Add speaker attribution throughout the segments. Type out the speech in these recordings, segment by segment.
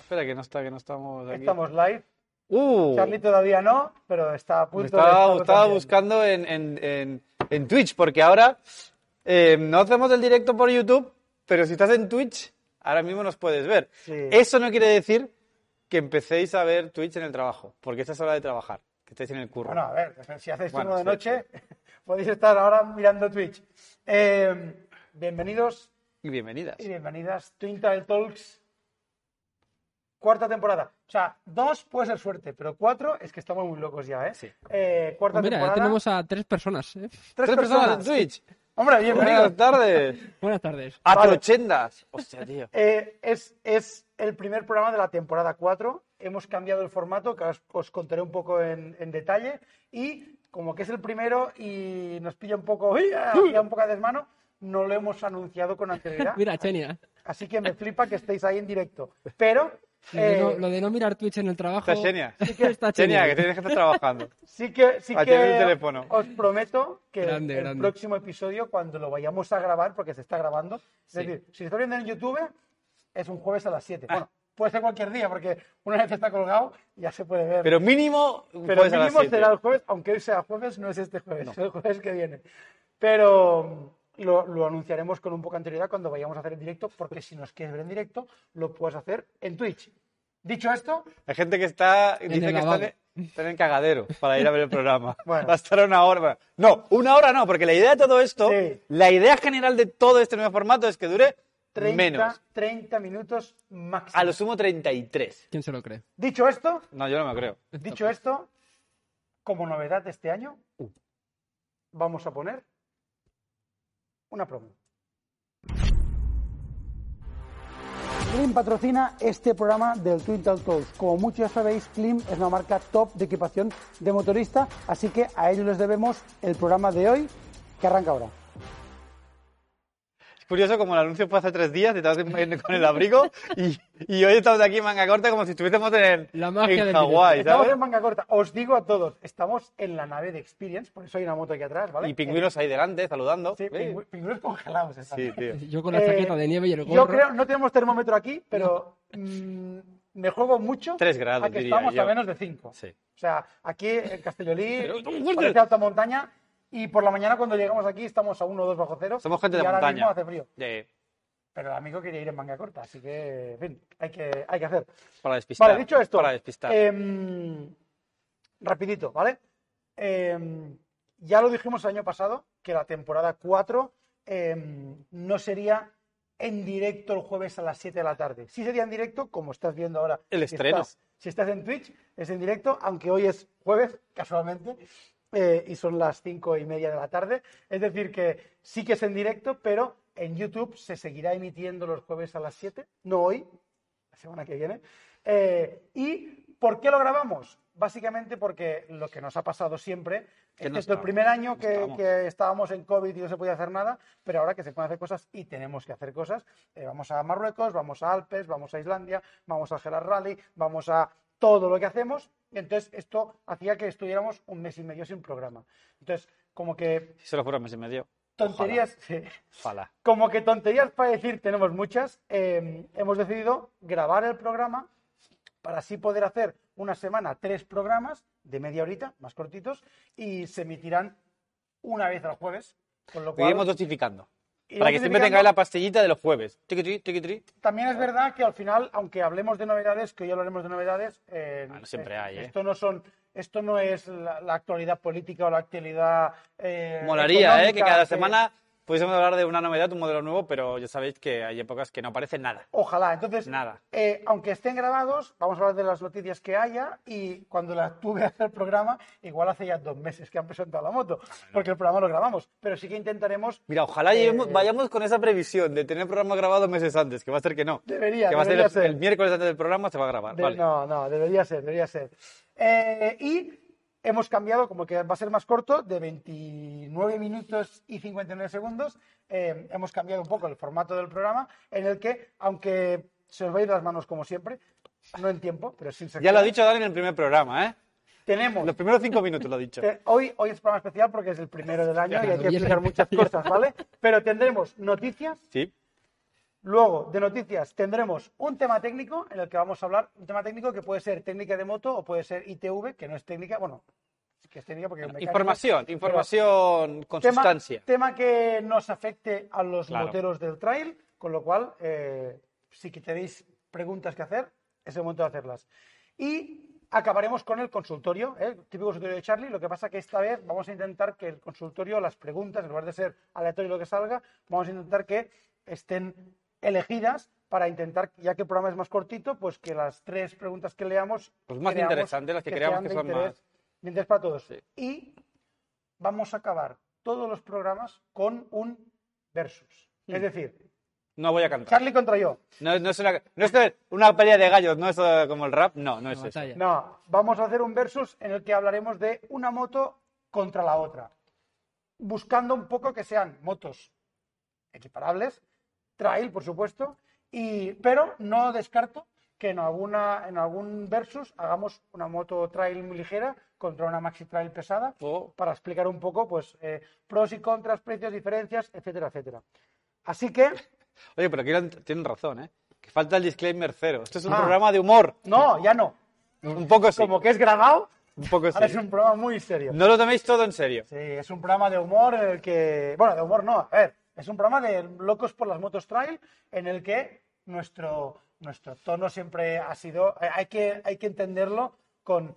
Speaker 1: espera, que no está, que no estamos aquí.
Speaker 2: Estamos live.
Speaker 1: Uh,
Speaker 2: Charlie todavía no, pero está a punto
Speaker 1: me
Speaker 2: de.
Speaker 1: estaba,
Speaker 2: estarlo
Speaker 1: estaba
Speaker 2: también.
Speaker 1: buscando en, en- en- en Twitch, porque ahora eh, no hacemos el directo por YouTube, pero si estás en Twitch, ahora mismo nos puedes ver.
Speaker 2: Sí.
Speaker 1: Eso no quiere decir que empecéis a ver Twitch en el trabajo, porque esta es hora de trabajar, que estáis en el curro.
Speaker 2: Bueno, a ver, si hacéis
Speaker 1: Bueno,
Speaker 2: turno de
Speaker 1: sí.
Speaker 2: noche, podéis estar ahora mirando Twitch. Eh, bienvenidos
Speaker 1: Y bienvenidas.
Speaker 2: y bienvenidas. Twin Tail Talks, cuarta temporada. O sea, dos puede ser suerte, pero cuatro es que estamos muy locos ya, ¿eh?
Speaker 1: Sí.
Speaker 2: Eh, cuarta
Speaker 3: Pues mira, ya
Speaker 2: temporada.
Speaker 3: tenemos a tres personas. ¿eh?
Speaker 2: tres,
Speaker 1: Tres personas, en Twitch.
Speaker 2: Hombre, bienvenidos.
Speaker 1: Buenas tardes.
Speaker 3: Buenas tardes.
Speaker 1: A
Speaker 2: Vale.
Speaker 1: Hostia, tío.
Speaker 2: Eh, es, es el primer programa de la temporada 4. Hemos cambiado el formato, que os, os contaré un poco en, en detalle. Y como que es el primero y nos pilla un poco, ¡Uy! Ah, pilla un poco de desmano, no lo hemos anunciado con anterioridad.
Speaker 3: Mira, Chenia,
Speaker 2: Así que me flipa que estéis ahí en directo. Pero
Speaker 3: lo, de no,
Speaker 2: eh,
Speaker 3: lo de no mirar Twitch en el trabajo.
Speaker 1: Está Xenia.
Speaker 3: Está
Speaker 1: Xenia,
Speaker 3: Xenia.
Speaker 1: que tienes que estar trabajando.
Speaker 2: sí que, sí
Speaker 1: Ahí
Speaker 2: que
Speaker 1: tenéis el teléfono.
Speaker 2: os prometo que
Speaker 3: Grande,
Speaker 2: el
Speaker 3: grande.
Speaker 2: próximo episodio, cuando lo vayamos a grabar, porque se está grabando, es
Speaker 3: Sí. Ah.
Speaker 2: decir, si lo está viendo en YouTube, es un jueves a las 7. Bueno, puede ser cualquier día, porque una vez que está colgado, ya se puede ver.
Speaker 1: Pero mínimo,
Speaker 2: Pero
Speaker 1: puedes a las
Speaker 2: mínimo
Speaker 1: siete.
Speaker 2: será el jueves, aunque hoy sea jueves, no es este jueves, es el jueves que viene. Pero mm, lo, lo anunciaremos con un poco de anterioridad cuando vayamos a hacer en directo, porque si nos quieres ver en directo, lo puedes hacer en Twitch. Dicho esto,
Speaker 1: Hay gente que está,
Speaker 3: En
Speaker 1: dice
Speaker 3: el
Speaker 1: que están,
Speaker 3: lavabo.
Speaker 1: están en cagadero para ir a ver el programa.
Speaker 2: Bueno.
Speaker 1: Va a estar una hora. No, una hora no, porque la idea de todo esto,
Speaker 2: Sí.
Speaker 1: la idea general de todo este nuevo formato es que dure
Speaker 2: 30,
Speaker 1: menos.
Speaker 2: 30 minutos máximo.
Speaker 1: A lo sumo 33.
Speaker 3: ¿Quién se lo cree?
Speaker 2: Dicho esto,
Speaker 1: No, yo no me lo creo.
Speaker 2: dicho esto, como novedad de este año,
Speaker 1: Uh.
Speaker 2: vamos a poner una promo. Clean patrocina este programa del Twin Tail Talks. Como muchos ya sabéis, Clean es una marca top de equipación de motorista, así que a ellos les debemos el programa de hoy que arranca ahora.
Speaker 1: Es curioso como el anuncio fue hace tres días, te estabas en- con el abrigo y, y hoy estamos aquí en manga corta como si estuviésemos en, el-
Speaker 3: La magia
Speaker 1: en
Speaker 3: del
Speaker 1: Hawái,
Speaker 2: Estamos
Speaker 1: ¿sabes?
Speaker 2: en manga corta. Os digo a todos, estamos en la nave de Experience, por eso hay una moto aquí atrás, ¿vale?
Speaker 1: Y pingüinos ahí delante saludando.
Speaker 2: ¿eh? Sí,
Speaker 1: Eh,
Speaker 2: pingü- pingüinos congelados. están.
Speaker 1: sí, tío.
Speaker 3: Yo con la
Speaker 2: Eh,
Speaker 3: chaqueta de nieve y el gorro.
Speaker 2: Yo creo, no tenemos termómetro aquí, pero mm, me juego mucho
Speaker 1: Tres grados,
Speaker 2: a que
Speaker 1: diría
Speaker 2: estamos
Speaker 1: yo.
Speaker 2: a menos de 5.
Speaker 1: Sí.
Speaker 2: O sea, aquí en Castellolí
Speaker 1: Pero tú, Jorge.
Speaker 2: parece alta montaña y por la mañana cuando llegamos aquí estamos a 1 o 2 bajo cero.
Speaker 1: Somos gente
Speaker 2: y
Speaker 1: de
Speaker 2: ahora
Speaker 1: montaña.
Speaker 2: mismo hace frío.
Speaker 1: Eh,
Speaker 2: Pero el amigo quería ir en manga corta, así que, en fin, hay que, hay que hacer.
Speaker 1: para despistar.
Speaker 2: Vale, dicho esto,
Speaker 1: Para despistar.
Speaker 2: em, rapidito, ¿vale? Em, ya lo dijimos el año pasado, que la temporada 4 em, no sería en directo el jueves a las 7 de la tarde. Sí sería en directo, como estás viendo ahora.
Speaker 1: El
Speaker 2: Si
Speaker 1: estreno.
Speaker 2: estás- si estás en Twitch, es en directo, aunque hoy es jueves, casualmente, eh, y son las cinco y media de la tarde. Es decir, que sí que es en directo, pero en YouTube se seguirá emitiendo los jueves a las 7, no hoy, la semana que viene. Eh, ¿Y por qué lo grabamos? Básicamente porque lo que nos ha pasado siempre,
Speaker 1: Que no
Speaker 2: este es el
Speaker 1: estábamos,
Speaker 2: primer año
Speaker 1: no
Speaker 2: que,
Speaker 1: estábamos.
Speaker 2: que estábamos en COVID y no se podía hacer nada, pero ahora que se pueden hacer cosas y tenemos que hacer cosas, eh, vamos a Marruecos, vamos a Alpes, vamos a Islandia, vamos a Gerard Rally, vamos a todo lo que hacemos. Y entonces esto hacía que estuviéramos un mes y medio sin programa. Entonces, como que
Speaker 1: Si se lo fuera mes y medio.
Speaker 2: tonterías... sí.
Speaker 1: Ojalá.
Speaker 2: Como que tonterías para decir tenemos muchas, eh, hemos decidido grabar el programa para así poder hacer una semana tres programas de media horita, más cortitos, y se emitirán una vez al jueves. Con lo cual,
Speaker 1: Seguimos dosificando.
Speaker 2: iremos
Speaker 1: Para que siempre
Speaker 2: dosificando.
Speaker 1: tengáis la pastillita de los jueves. Tiqui, tiqui, tiqui, tiqui.
Speaker 2: También es verdad que al final, aunque hablemos de novedades, que hoy hablaremos de novedades, eh,
Speaker 1: Bueno, siempre
Speaker 2: eh,
Speaker 1: hay, ¿eh?
Speaker 2: Esto no son, esto no es la, la actualidad política o la actualidad. eh,
Speaker 1: Molaría, ¿eh? Que
Speaker 2: económica,
Speaker 1: cada semana pudiésemos hablar de una novedad, un modelo nuevo, pero ya sabéis que hay épocas que no aparece nada.
Speaker 2: Ojalá. Entonces,
Speaker 1: Nada.
Speaker 2: eh, aunque estén grabados, vamos a hablar de las noticias que haya y cuando las tuve a hacer el programa, igual hace ya dos meses que han presentado la
Speaker 1: Ah,
Speaker 2: moto, porque el programa lo grabamos. Pero sí que intentaremos...
Speaker 1: Mira, ojalá
Speaker 2: Eh,
Speaker 1: llevemos- vayamos con esa previsión de tener el programa grabado meses antes, que va a ser que no.
Speaker 2: Debería,
Speaker 1: que va a ser
Speaker 2: debería
Speaker 1: el,
Speaker 2: ser.
Speaker 1: el miércoles antes del programa se va a grabar.
Speaker 2: de-
Speaker 1: vale.
Speaker 2: No, no, debería ser, debería ser. Eh, y hemos cambiado, como que va a ser más corto, de 29 minutos y 59 segundos, eh, hemos cambiado un poco el formato del programa, en el que, aunque se os va a ir de las manos como siempre, no en tiempo, pero sin
Speaker 1: Ya lo ha dicho Dani en el primer programa, ¿eh?
Speaker 2: tenemos
Speaker 1: Los primeros cinco minutos lo ha dicho.
Speaker 2: Te- Eh, Hoy, hoy es programa especial porque es el primero del año y hay que
Speaker 3: Claro, y es
Speaker 2: explicar
Speaker 3: el
Speaker 2: muchas cosas, ¿vale? Pero tendremos noticias,
Speaker 1: Sí.
Speaker 2: Luego, de noticias, tendremos un tema técnico en el que vamos a hablar, un tema técnico que puede ser técnica de moto o puede ser ITV, que no es técnica, bueno, sí que es técnica porque... mecánica,
Speaker 1: Información,
Speaker 2: pero
Speaker 1: información con
Speaker 2: tema,
Speaker 1: sustancia.
Speaker 2: tema que nos afecte a los
Speaker 1: Claro.
Speaker 2: moteros del trail, con lo cual, eh, si que tenéis preguntas que hacer, es el momento de hacerlas. Y acabaremos con el consultorio, ¿eh? el típico consultorio de Charlie. Lo que pasa que esta vez vamos a intentar que el consultorio, las preguntas, en lugar de ser aleatorio lo que salga, vamos a intentar que estén elegidas para intentar, ya que el programa es más cortito, pues que las tres preguntas que leamos...
Speaker 1: Las Pues más
Speaker 2: creamos
Speaker 1: interesantes, las que creamos
Speaker 2: sean
Speaker 1: que
Speaker 2: de
Speaker 1: son más-
Speaker 2: interés- de interés para todos.
Speaker 1: Sí.
Speaker 2: Y vamos a acabar todos los programas con un versus. Es decir,
Speaker 1: No voy a cantar.
Speaker 2: Charlie contra yo.
Speaker 1: No, no es una, no es una pelea de gallos, no es eh, como el rap, no, no es eso.
Speaker 3: batalla.
Speaker 2: No, vamos a hacer un versus en el que hablaremos de una moto contra la otra. Buscando un poco que sean motos equiparables, trail, por supuesto, y, pero no descarto que en, alguna, en algún versus hagamos una moto trail muy ligera contra una maxi trail pesada
Speaker 1: Oh.
Speaker 2: para explicar un poco pues, eh, pros y contras, precios, diferencias, etcétera, etcétera. Así que,
Speaker 1: Oye, pero aquí lo- tienen razón, ¿eh? Que falta el disclaimer cero. Esto es un
Speaker 2: Ah.
Speaker 1: programa de humor.
Speaker 2: no, ya no.
Speaker 1: Un poco sí.
Speaker 2: Como que es grabado,
Speaker 1: Un poco
Speaker 2: ahora
Speaker 1: sí.
Speaker 2: es un programa muy serio.
Speaker 1: No lo toméis todo en serio.
Speaker 2: Sí, es un programa de humor en el que. Bueno, de humor no, a ver. Es un programa de locos por las motos trail en el que nuestro, nuestro tono siempre ha sido. eh, Hay que, hay que entenderlo con.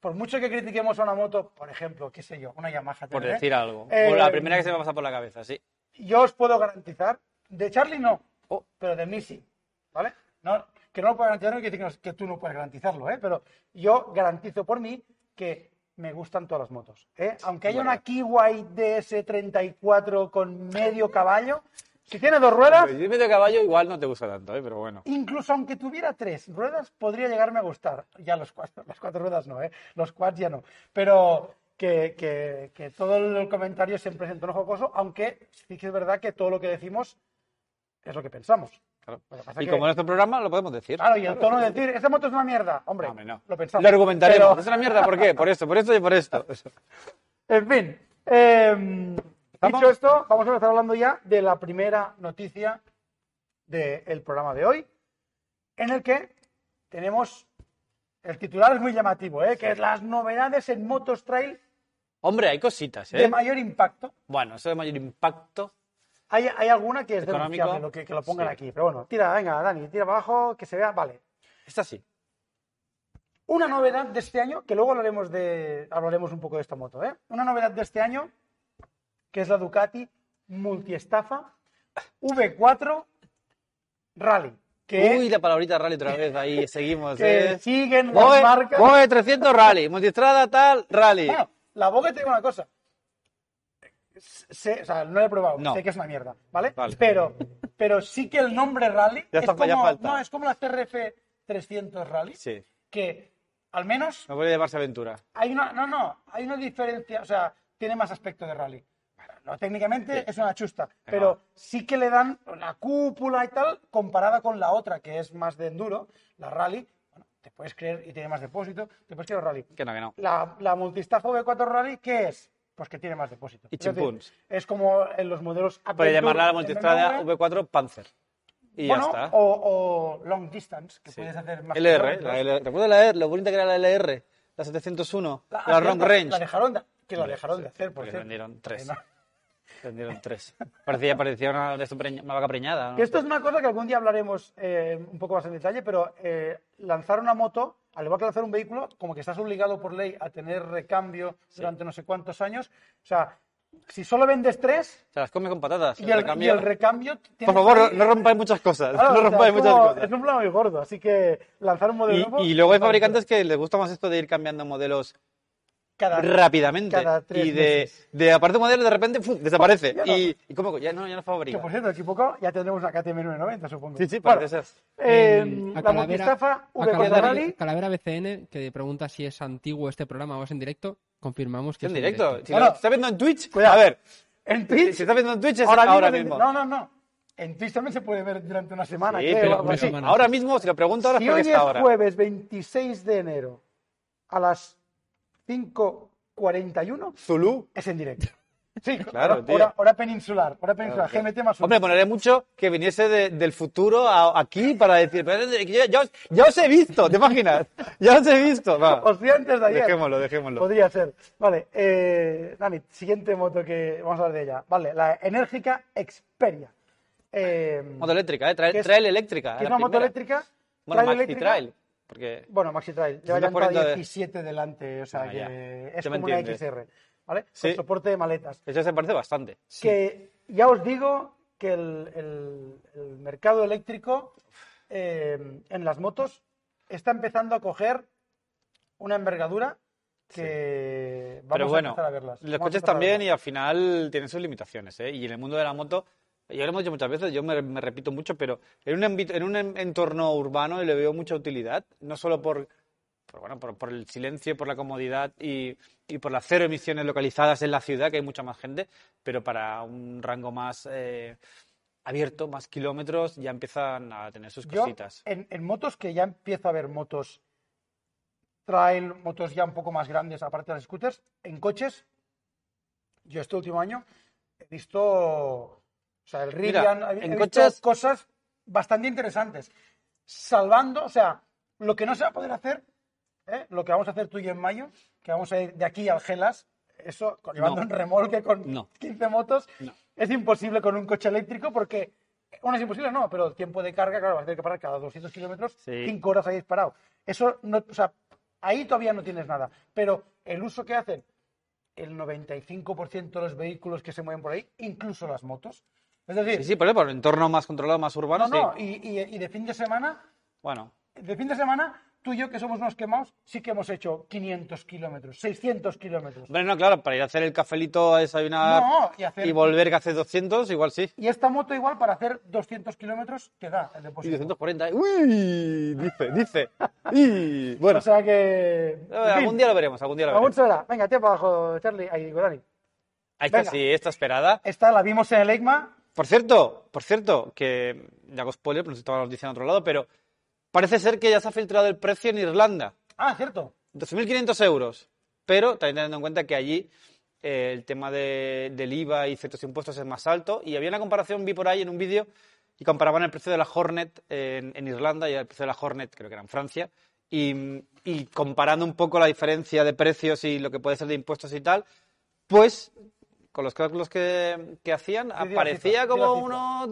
Speaker 2: Por mucho que critiquemos a una moto, por ejemplo, qué sé yo, una Yamaha.
Speaker 1: Por
Speaker 2: TNT,
Speaker 1: decir algo.
Speaker 2: eh,
Speaker 1: o la primera que se me pasa por la cabeza, sí.
Speaker 2: Yo os puedo garantizar. De Charlie no,
Speaker 1: Oh.
Speaker 2: pero de mí sí. ¿Vale? No, que no lo puedo garantizar no quiere decir que, no- que tú no puedes garantizarlo, ¿eh? Pero yo garantizo por mí que me gustan todas las motos. ¿eh? Aunque haya
Speaker 1: Bueno.
Speaker 2: una Kiwi DS34 con medio caballo, si tiene dos ruedas,
Speaker 1: El medio caballo igual no te gusta tanto, ¿eh? Pero bueno.
Speaker 2: incluso aunque tuviera tres ruedas, podría llegarme a gustar. Ya los cuatro, las cuatro ruedas no, ¿eh? Los quads ya no. Pero que, que- que todo el comentario siempre es en tono jocoso, aunque sí que es verdad que todo lo que decimos es lo que pensamos.
Speaker 1: claro.
Speaker 2: Lo que pasa
Speaker 1: Y
Speaker 2: Pues, que-
Speaker 1: como en nuestro programa lo podemos decir.
Speaker 2: Claro, y el tono de decir, esta moto es una mierda. Hombre,
Speaker 1: No, hombre, no.
Speaker 2: lo pensamos.
Speaker 1: Lo argumentaremos.
Speaker 2: Pero-
Speaker 1: Es una mierda, ¿por qué? Por esto, por esto y por esto.
Speaker 2: En fin, eh,
Speaker 1: ¿Estamos?
Speaker 2: dicho esto, vamos a empezar hablando ya de la primera noticia del programa de hoy, en el que tenemos, el titular es muy llamativo, ¿eh? que es las novedades en motos trail
Speaker 1: Hombre, hay cositas,
Speaker 2: de
Speaker 1: ¿eh?
Speaker 2: mayor impacto.
Speaker 1: Bueno, eso de mayor impacto.
Speaker 2: Hay, hay alguna que es
Speaker 1: Económico.
Speaker 2: denunciable, lo que, que lo pongan
Speaker 1: Sí.
Speaker 2: aquí, pero bueno, tira, venga, Dani, tira para abajo, que se vea, vale.
Speaker 1: Esta sí.
Speaker 2: Una novedad de este año, que luego hablaremos, de, hablaremos un poco de esta moto, ¿eh? Una novedad de este año, que es la Ducati Multiestafa V4 Rally. Que,
Speaker 1: Uy, la palabrita rally otra vez, ahí seguimos,
Speaker 2: que
Speaker 1: ¿eh?
Speaker 2: siguen las
Speaker 1: Boe,
Speaker 2: marcas.
Speaker 1: Boe 300 rally, multistrada tal, rally.
Speaker 2: Bueno, la Bogue te digo una cosa. Sé- o sea, no la he probado,
Speaker 1: No.
Speaker 2: sé que es una mierda, ¿vale?
Speaker 1: Vale.
Speaker 2: Pero, pero sí que el nombre Rally
Speaker 1: Ya
Speaker 2: es,
Speaker 1: está,
Speaker 2: como,
Speaker 1: ya falta.
Speaker 2: no, es como la TRF 300 Rally,
Speaker 1: Sí,
Speaker 2: que al menos
Speaker 1: me voy a llevarse aventura.
Speaker 2: Hay una, no, no, hay una diferencia, o sea, tiene más aspecto de rally. No, técnicamente
Speaker 1: Sí.
Speaker 2: es una chusta, pero sí que le dan la cúpula y tal comparada con la otra, que es más de enduro, la rally. Bueno, te puedes creer y tiene más depósito, te puedes creer rally.
Speaker 1: Que no, que no.
Speaker 2: La, la multistafa V4 Rally, ¿qué es? Pues que tiene más depósito.
Speaker 1: Y
Speaker 2: Es decir,
Speaker 1: chimpuns.
Speaker 2: Es como en los modelos
Speaker 1: Para
Speaker 2: Adventure
Speaker 1: llamarla la
Speaker 2: en
Speaker 1: multistrada
Speaker 2: BMW,
Speaker 1: V4 Panzer. Y
Speaker 2: bueno,
Speaker 1: ya está.
Speaker 2: O, o long distance, que
Speaker 1: Sí.
Speaker 2: puedes hacer más.
Speaker 1: LR,
Speaker 2: kilómetros.
Speaker 1: la LR. ¿Recuerdas la E R? Lo bonita que era la LR, la 701, la,
Speaker 2: ah,
Speaker 1: Long
Speaker 2: cierto,
Speaker 1: Range.
Speaker 2: La dejaron de, que la dejaron de
Speaker 1: Sí,
Speaker 2: hacer, por
Speaker 1: porque
Speaker 2: cierto.
Speaker 1: vendieron tres.
Speaker 2: Eh, no.
Speaker 1: Vendieron tres. Parecía, parecía una, de esto preña- una vaca preñada. ¿no?
Speaker 2: Que esto es una cosa que algún día hablaremos eh, un poco más en detalle, pero eh, lanzar una moto, al igual que lanzar un vehículo, como que estás obligado por ley a tener recambio durante no sé cuántos años. O sea, si solo vendes tres
Speaker 1: Se las come con patatas.
Speaker 2: y
Speaker 1: el
Speaker 2: el, y
Speaker 1: recambio.
Speaker 2: el recambio...
Speaker 1: Por
Speaker 2: tienes
Speaker 1: favor,
Speaker 2: que-
Speaker 1: no rompáis muchas cosas.
Speaker 2: Claro,
Speaker 1: no
Speaker 2: o sea,
Speaker 1: rompáis
Speaker 2: es
Speaker 1: muchas
Speaker 2: como-
Speaker 1: cosas.
Speaker 2: Es un problema muy gordo, así que lanzar un modelo nuevo...
Speaker 1: Y, y luego hay fabricantes que les gusta más esto de ir cambiando modelos
Speaker 2: Cada-
Speaker 1: rápidamente.
Speaker 2: cada tres
Speaker 1: y de,
Speaker 2: meses.
Speaker 1: de aparte un modelo de repente ¡fum! desaparece.
Speaker 2: Ya no.
Speaker 1: y, y cómo ya no, ya no
Speaker 2: Que
Speaker 1: fabrica.
Speaker 2: por cierto, aquí poco ya tendremos una KTM 990, supongo.
Speaker 1: Sí, sí,
Speaker 2: Bueno,
Speaker 1: parece ser.
Speaker 2: eh,
Speaker 3: Mm, a
Speaker 2: la
Speaker 3: Calavera-
Speaker 2: multistafa
Speaker 3: a
Speaker 2: V4
Speaker 3: Calavera,
Speaker 2: Rally,
Speaker 3: Calavera BCN, que pregunta si es antiguo este programa o es en directo, confirmamos que
Speaker 1: En
Speaker 3: es
Speaker 1: directo. Si
Speaker 2: Bueno.
Speaker 1: lo está viendo en Twitch, a ver,
Speaker 2: en
Speaker 1: si
Speaker 2: Twitch...
Speaker 1: está viendo en Twitch es
Speaker 2: ahora,
Speaker 1: ahora,
Speaker 2: mismo,
Speaker 1: mismo.
Speaker 2: en- No, no, no. En Twitch también se puede ver durante una semana.
Speaker 1: Sí,
Speaker 2: creo,
Speaker 1: pero-
Speaker 2: algo así.
Speaker 1: pero ahora mismo, si lo pregunto ahora, es
Speaker 2: si
Speaker 1: porque
Speaker 2: hoy es
Speaker 1: está ahora.
Speaker 2: jueves 26 de enero a las 5.41,
Speaker 1: Zulu.
Speaker 2: es en directo. Sí,
Speaker 1: Claro,
Speaker 2: hora-
Speaker 1: tío.
Speaker 2: Hora, hora peninsular, hora peninsular, GMT más uno.
Speaker 1: Hombre, pues, poneré mucho que viniese de- del futuro a- aquí para decir, "Pero, eh, yo, yo os- yo os he visto, ¿te imaginas? Ya os he visto. Va.
Speaker 2: Os di antes de ayer.
Speaker 1: Dejémoslo, dejémoslo.
Speaker 2: Podría ser. Vale, eh, Dani, siguiente moto que vamos a hablar de ella. Vale, la enérgica Xperia. Eh,
Speaker 1: Moto eléctrica, ¿eh? Trae,
Speaker 2: que es-
Speaker 1: trail eléctrica. eh,
Speaker 2: que es
Speaker 1: la
Speaker 2: una moto
Speaker 1: primera.
Speaker 2: eléctrica.
Speaker 1: Bueno,
Speaker 2: trail
Speaker 1: maxi
Speaker 2: eléctrica.
Speaker 1: trail. Porque
Speaker 2: Bueno, Maxi Trail. Lleva
Speaker 1: Estás
Speaker 2: llanta
Speaker 1: poniendo de-
Speaker 2: 17 delante, o sea
Speaker 1: Ah,
Speaker 2: que
Speaker 1: ya.
Speaker 2: es
Speaker 1: Ya me
Speaker 2: como una
Speaker 1: entiendes.
Speaker 2: XR. ¿Vale?
Speaker 1: Sí.
Speaker 2: Con soporte de maletas.
Speaker 1: eso se parece bastante.
Speaker 2: Que ya os digo que el, el- el mercado eléctrico eh, en las motos está empezando a coger una envergadura que vamos
Speaker 1: Pero
Speaker 2: a
Speaker 1: bueno,
Speaker 2: empezar a verlas.
Speaker 1: los coches también y al final tienen sus limitaciones. ¿eh? Y en el mundo de la moto, ya lo hemos dicho muchas veces, yo me, me repito mucho, pero en un, ámbito- en un en- entorno urbano le veo mucha utilidad, no solo por, por, bueno, por, por el silencio, por la comodidad y, y por las cero emisiones localizadas en la ciudad, que hay mucha más gente, pero para un rango más eh, abierto, más kilómetros, ya empiezan a tener sus
Speaker 2: Yo,
Speaker 1: cositas.
Speaker 2: en, en motos que ya empiezo a ver motos trail, motos ya un poco más grandes, aparte de las scooters, en coches, yo este último año he visto, o sea, el
Speaker 1: Mira,
Speaker 2: Rivian, he-
Speaker 1: en
Speaker 2: he visto
Speaker 1: coches-
Speaker 2: cosas bastante interesantes, salvando, o sea, lo que no se va a poder hacer, ¿eh? lo que vamos a hacer tú y yo en mayo, que vamos a ir de aquí al Gelas, eso, con- llevando
Speaker 1: No.
Speaker 2: un remolque con
Speaker 1: No.
Speaker 2: 15 motos,
Speaker 1: No.
Speaker 2: es imposible con un coche eléctrico porque, bueno, es imposible no, pero el tiempo de carga, claro, vas a tener que parar cada 200 kilómetros,
Speaker 1: Sí.
Speaker 2: 5 horas ahí disparado. Eso no, o sea, ahí todavía no tienes nada, pero el uso que hacen el 95% de los vehículos que se mueven por ahí, incluso las motos. Es decir,
Speaker 1: Sí, sí, por ejemplo, un entorno más controlado, más urbano,
Speaker 2: no, no,
Speaker 1: sí.
Speaker 2: y, y- y de fin de semana,
Speaker 1: Bueno,
Speaker 2: de fin de semana, tú y yo que somos unos quemados, sí que hemos hecho 500 kilómetros, 600 kilómetros.
Speaker 1: Hombre, no, claro, para ir a hacer el cafelito, a desayunar
Speaker 2: No, y hacer-
Speaker 1: volver que hace 200, igual sí.
Speaker 2: Y esta moto igual para hacer 200 kilómetros te da el
Speaker 1: Y
Speaker 2: depósito.
Speaker 1: 240, ¿eh? ¡uy! Dice, dice. Y bueno,
Speaker 2: O sea que...
Speaker 1: eh,
Speaker 2: en fin.
Speaker 1: algún día lo veremos, algún día lo
Speaker 2: Aún
Speaker 1: veremos.
Speaker 2: será. Venga, tío, para abajo, Charlie. Ahí digo, Dani.
Speaker 1: Ahí está,
Speaker 2: venga.
Speaker 1: sí, está esperada.
Speaker 2: Esta la vimos en el EICMA.
Speaker 1: Por cierto, por cierto, que ya hago spoiler, pero no sé si estaba la noticia en otro lado, pero parece ser que ya se ha filtrado el precio en Irlanda.
Speaker 2: Ah, cierto.
Speaker 1: 2.500 euros. Pero también teniendo en cuenta que allí eh, el tema de- del IVA y ciertos impuestos es más alto. Y había una comparación, vi por ahí en un vídeo, y comparaban el precio de la Hornet en, en Irlanda y el precio de la Hornet, creo que era en Francia. Y, y comparando un poco la diferencia de precios y lo que puede ser de impuestos y tal, pues con los cálculos que, que hacían,
Speaker 2: la
Speaker 1: aparecía
Speaker 2: cifra, di la
Speaker 1: como
Speaker 2: cifra.
Speaker 1: unos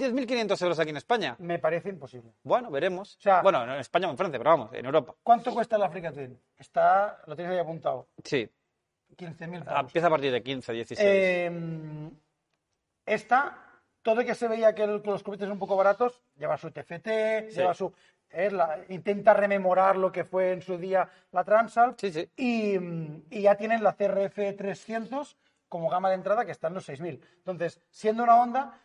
Speaker 1: 10.500 euros aquí en España.
Speaker 2: Me parece imposible.
Speaker 1: Bueno, veremos.
Speaker 2: O sea-
Speaker 1: bueno, no en España o en Francia, pero vamos, en Europa.
Speaker 2: ¿Cuánto cuesta el Africa Twin? Está, lo tienes ahí apuntado.
Speaker 1: Sí,
Speaker 2: 15.000
Speaker 1: Ah,
Speaker 2: pavos.
Speaker 1: Empieza a partir de 15, 16.
Speaker 2: Eh, esta, todo que se veía que, el- que los cohetes un poco baratos, lleva su TFT,
Speaker 1: Sí.
Speaker 2: lleva su... es la- intenta rememorar lo que fue en su día la Transalp.
Speaker 1: Sí, sí.
Speaker 2: Y, mm, y ya tienen la CRF 300 como gama de entrada que está en los 6.000. Entonces, siendo una Honda,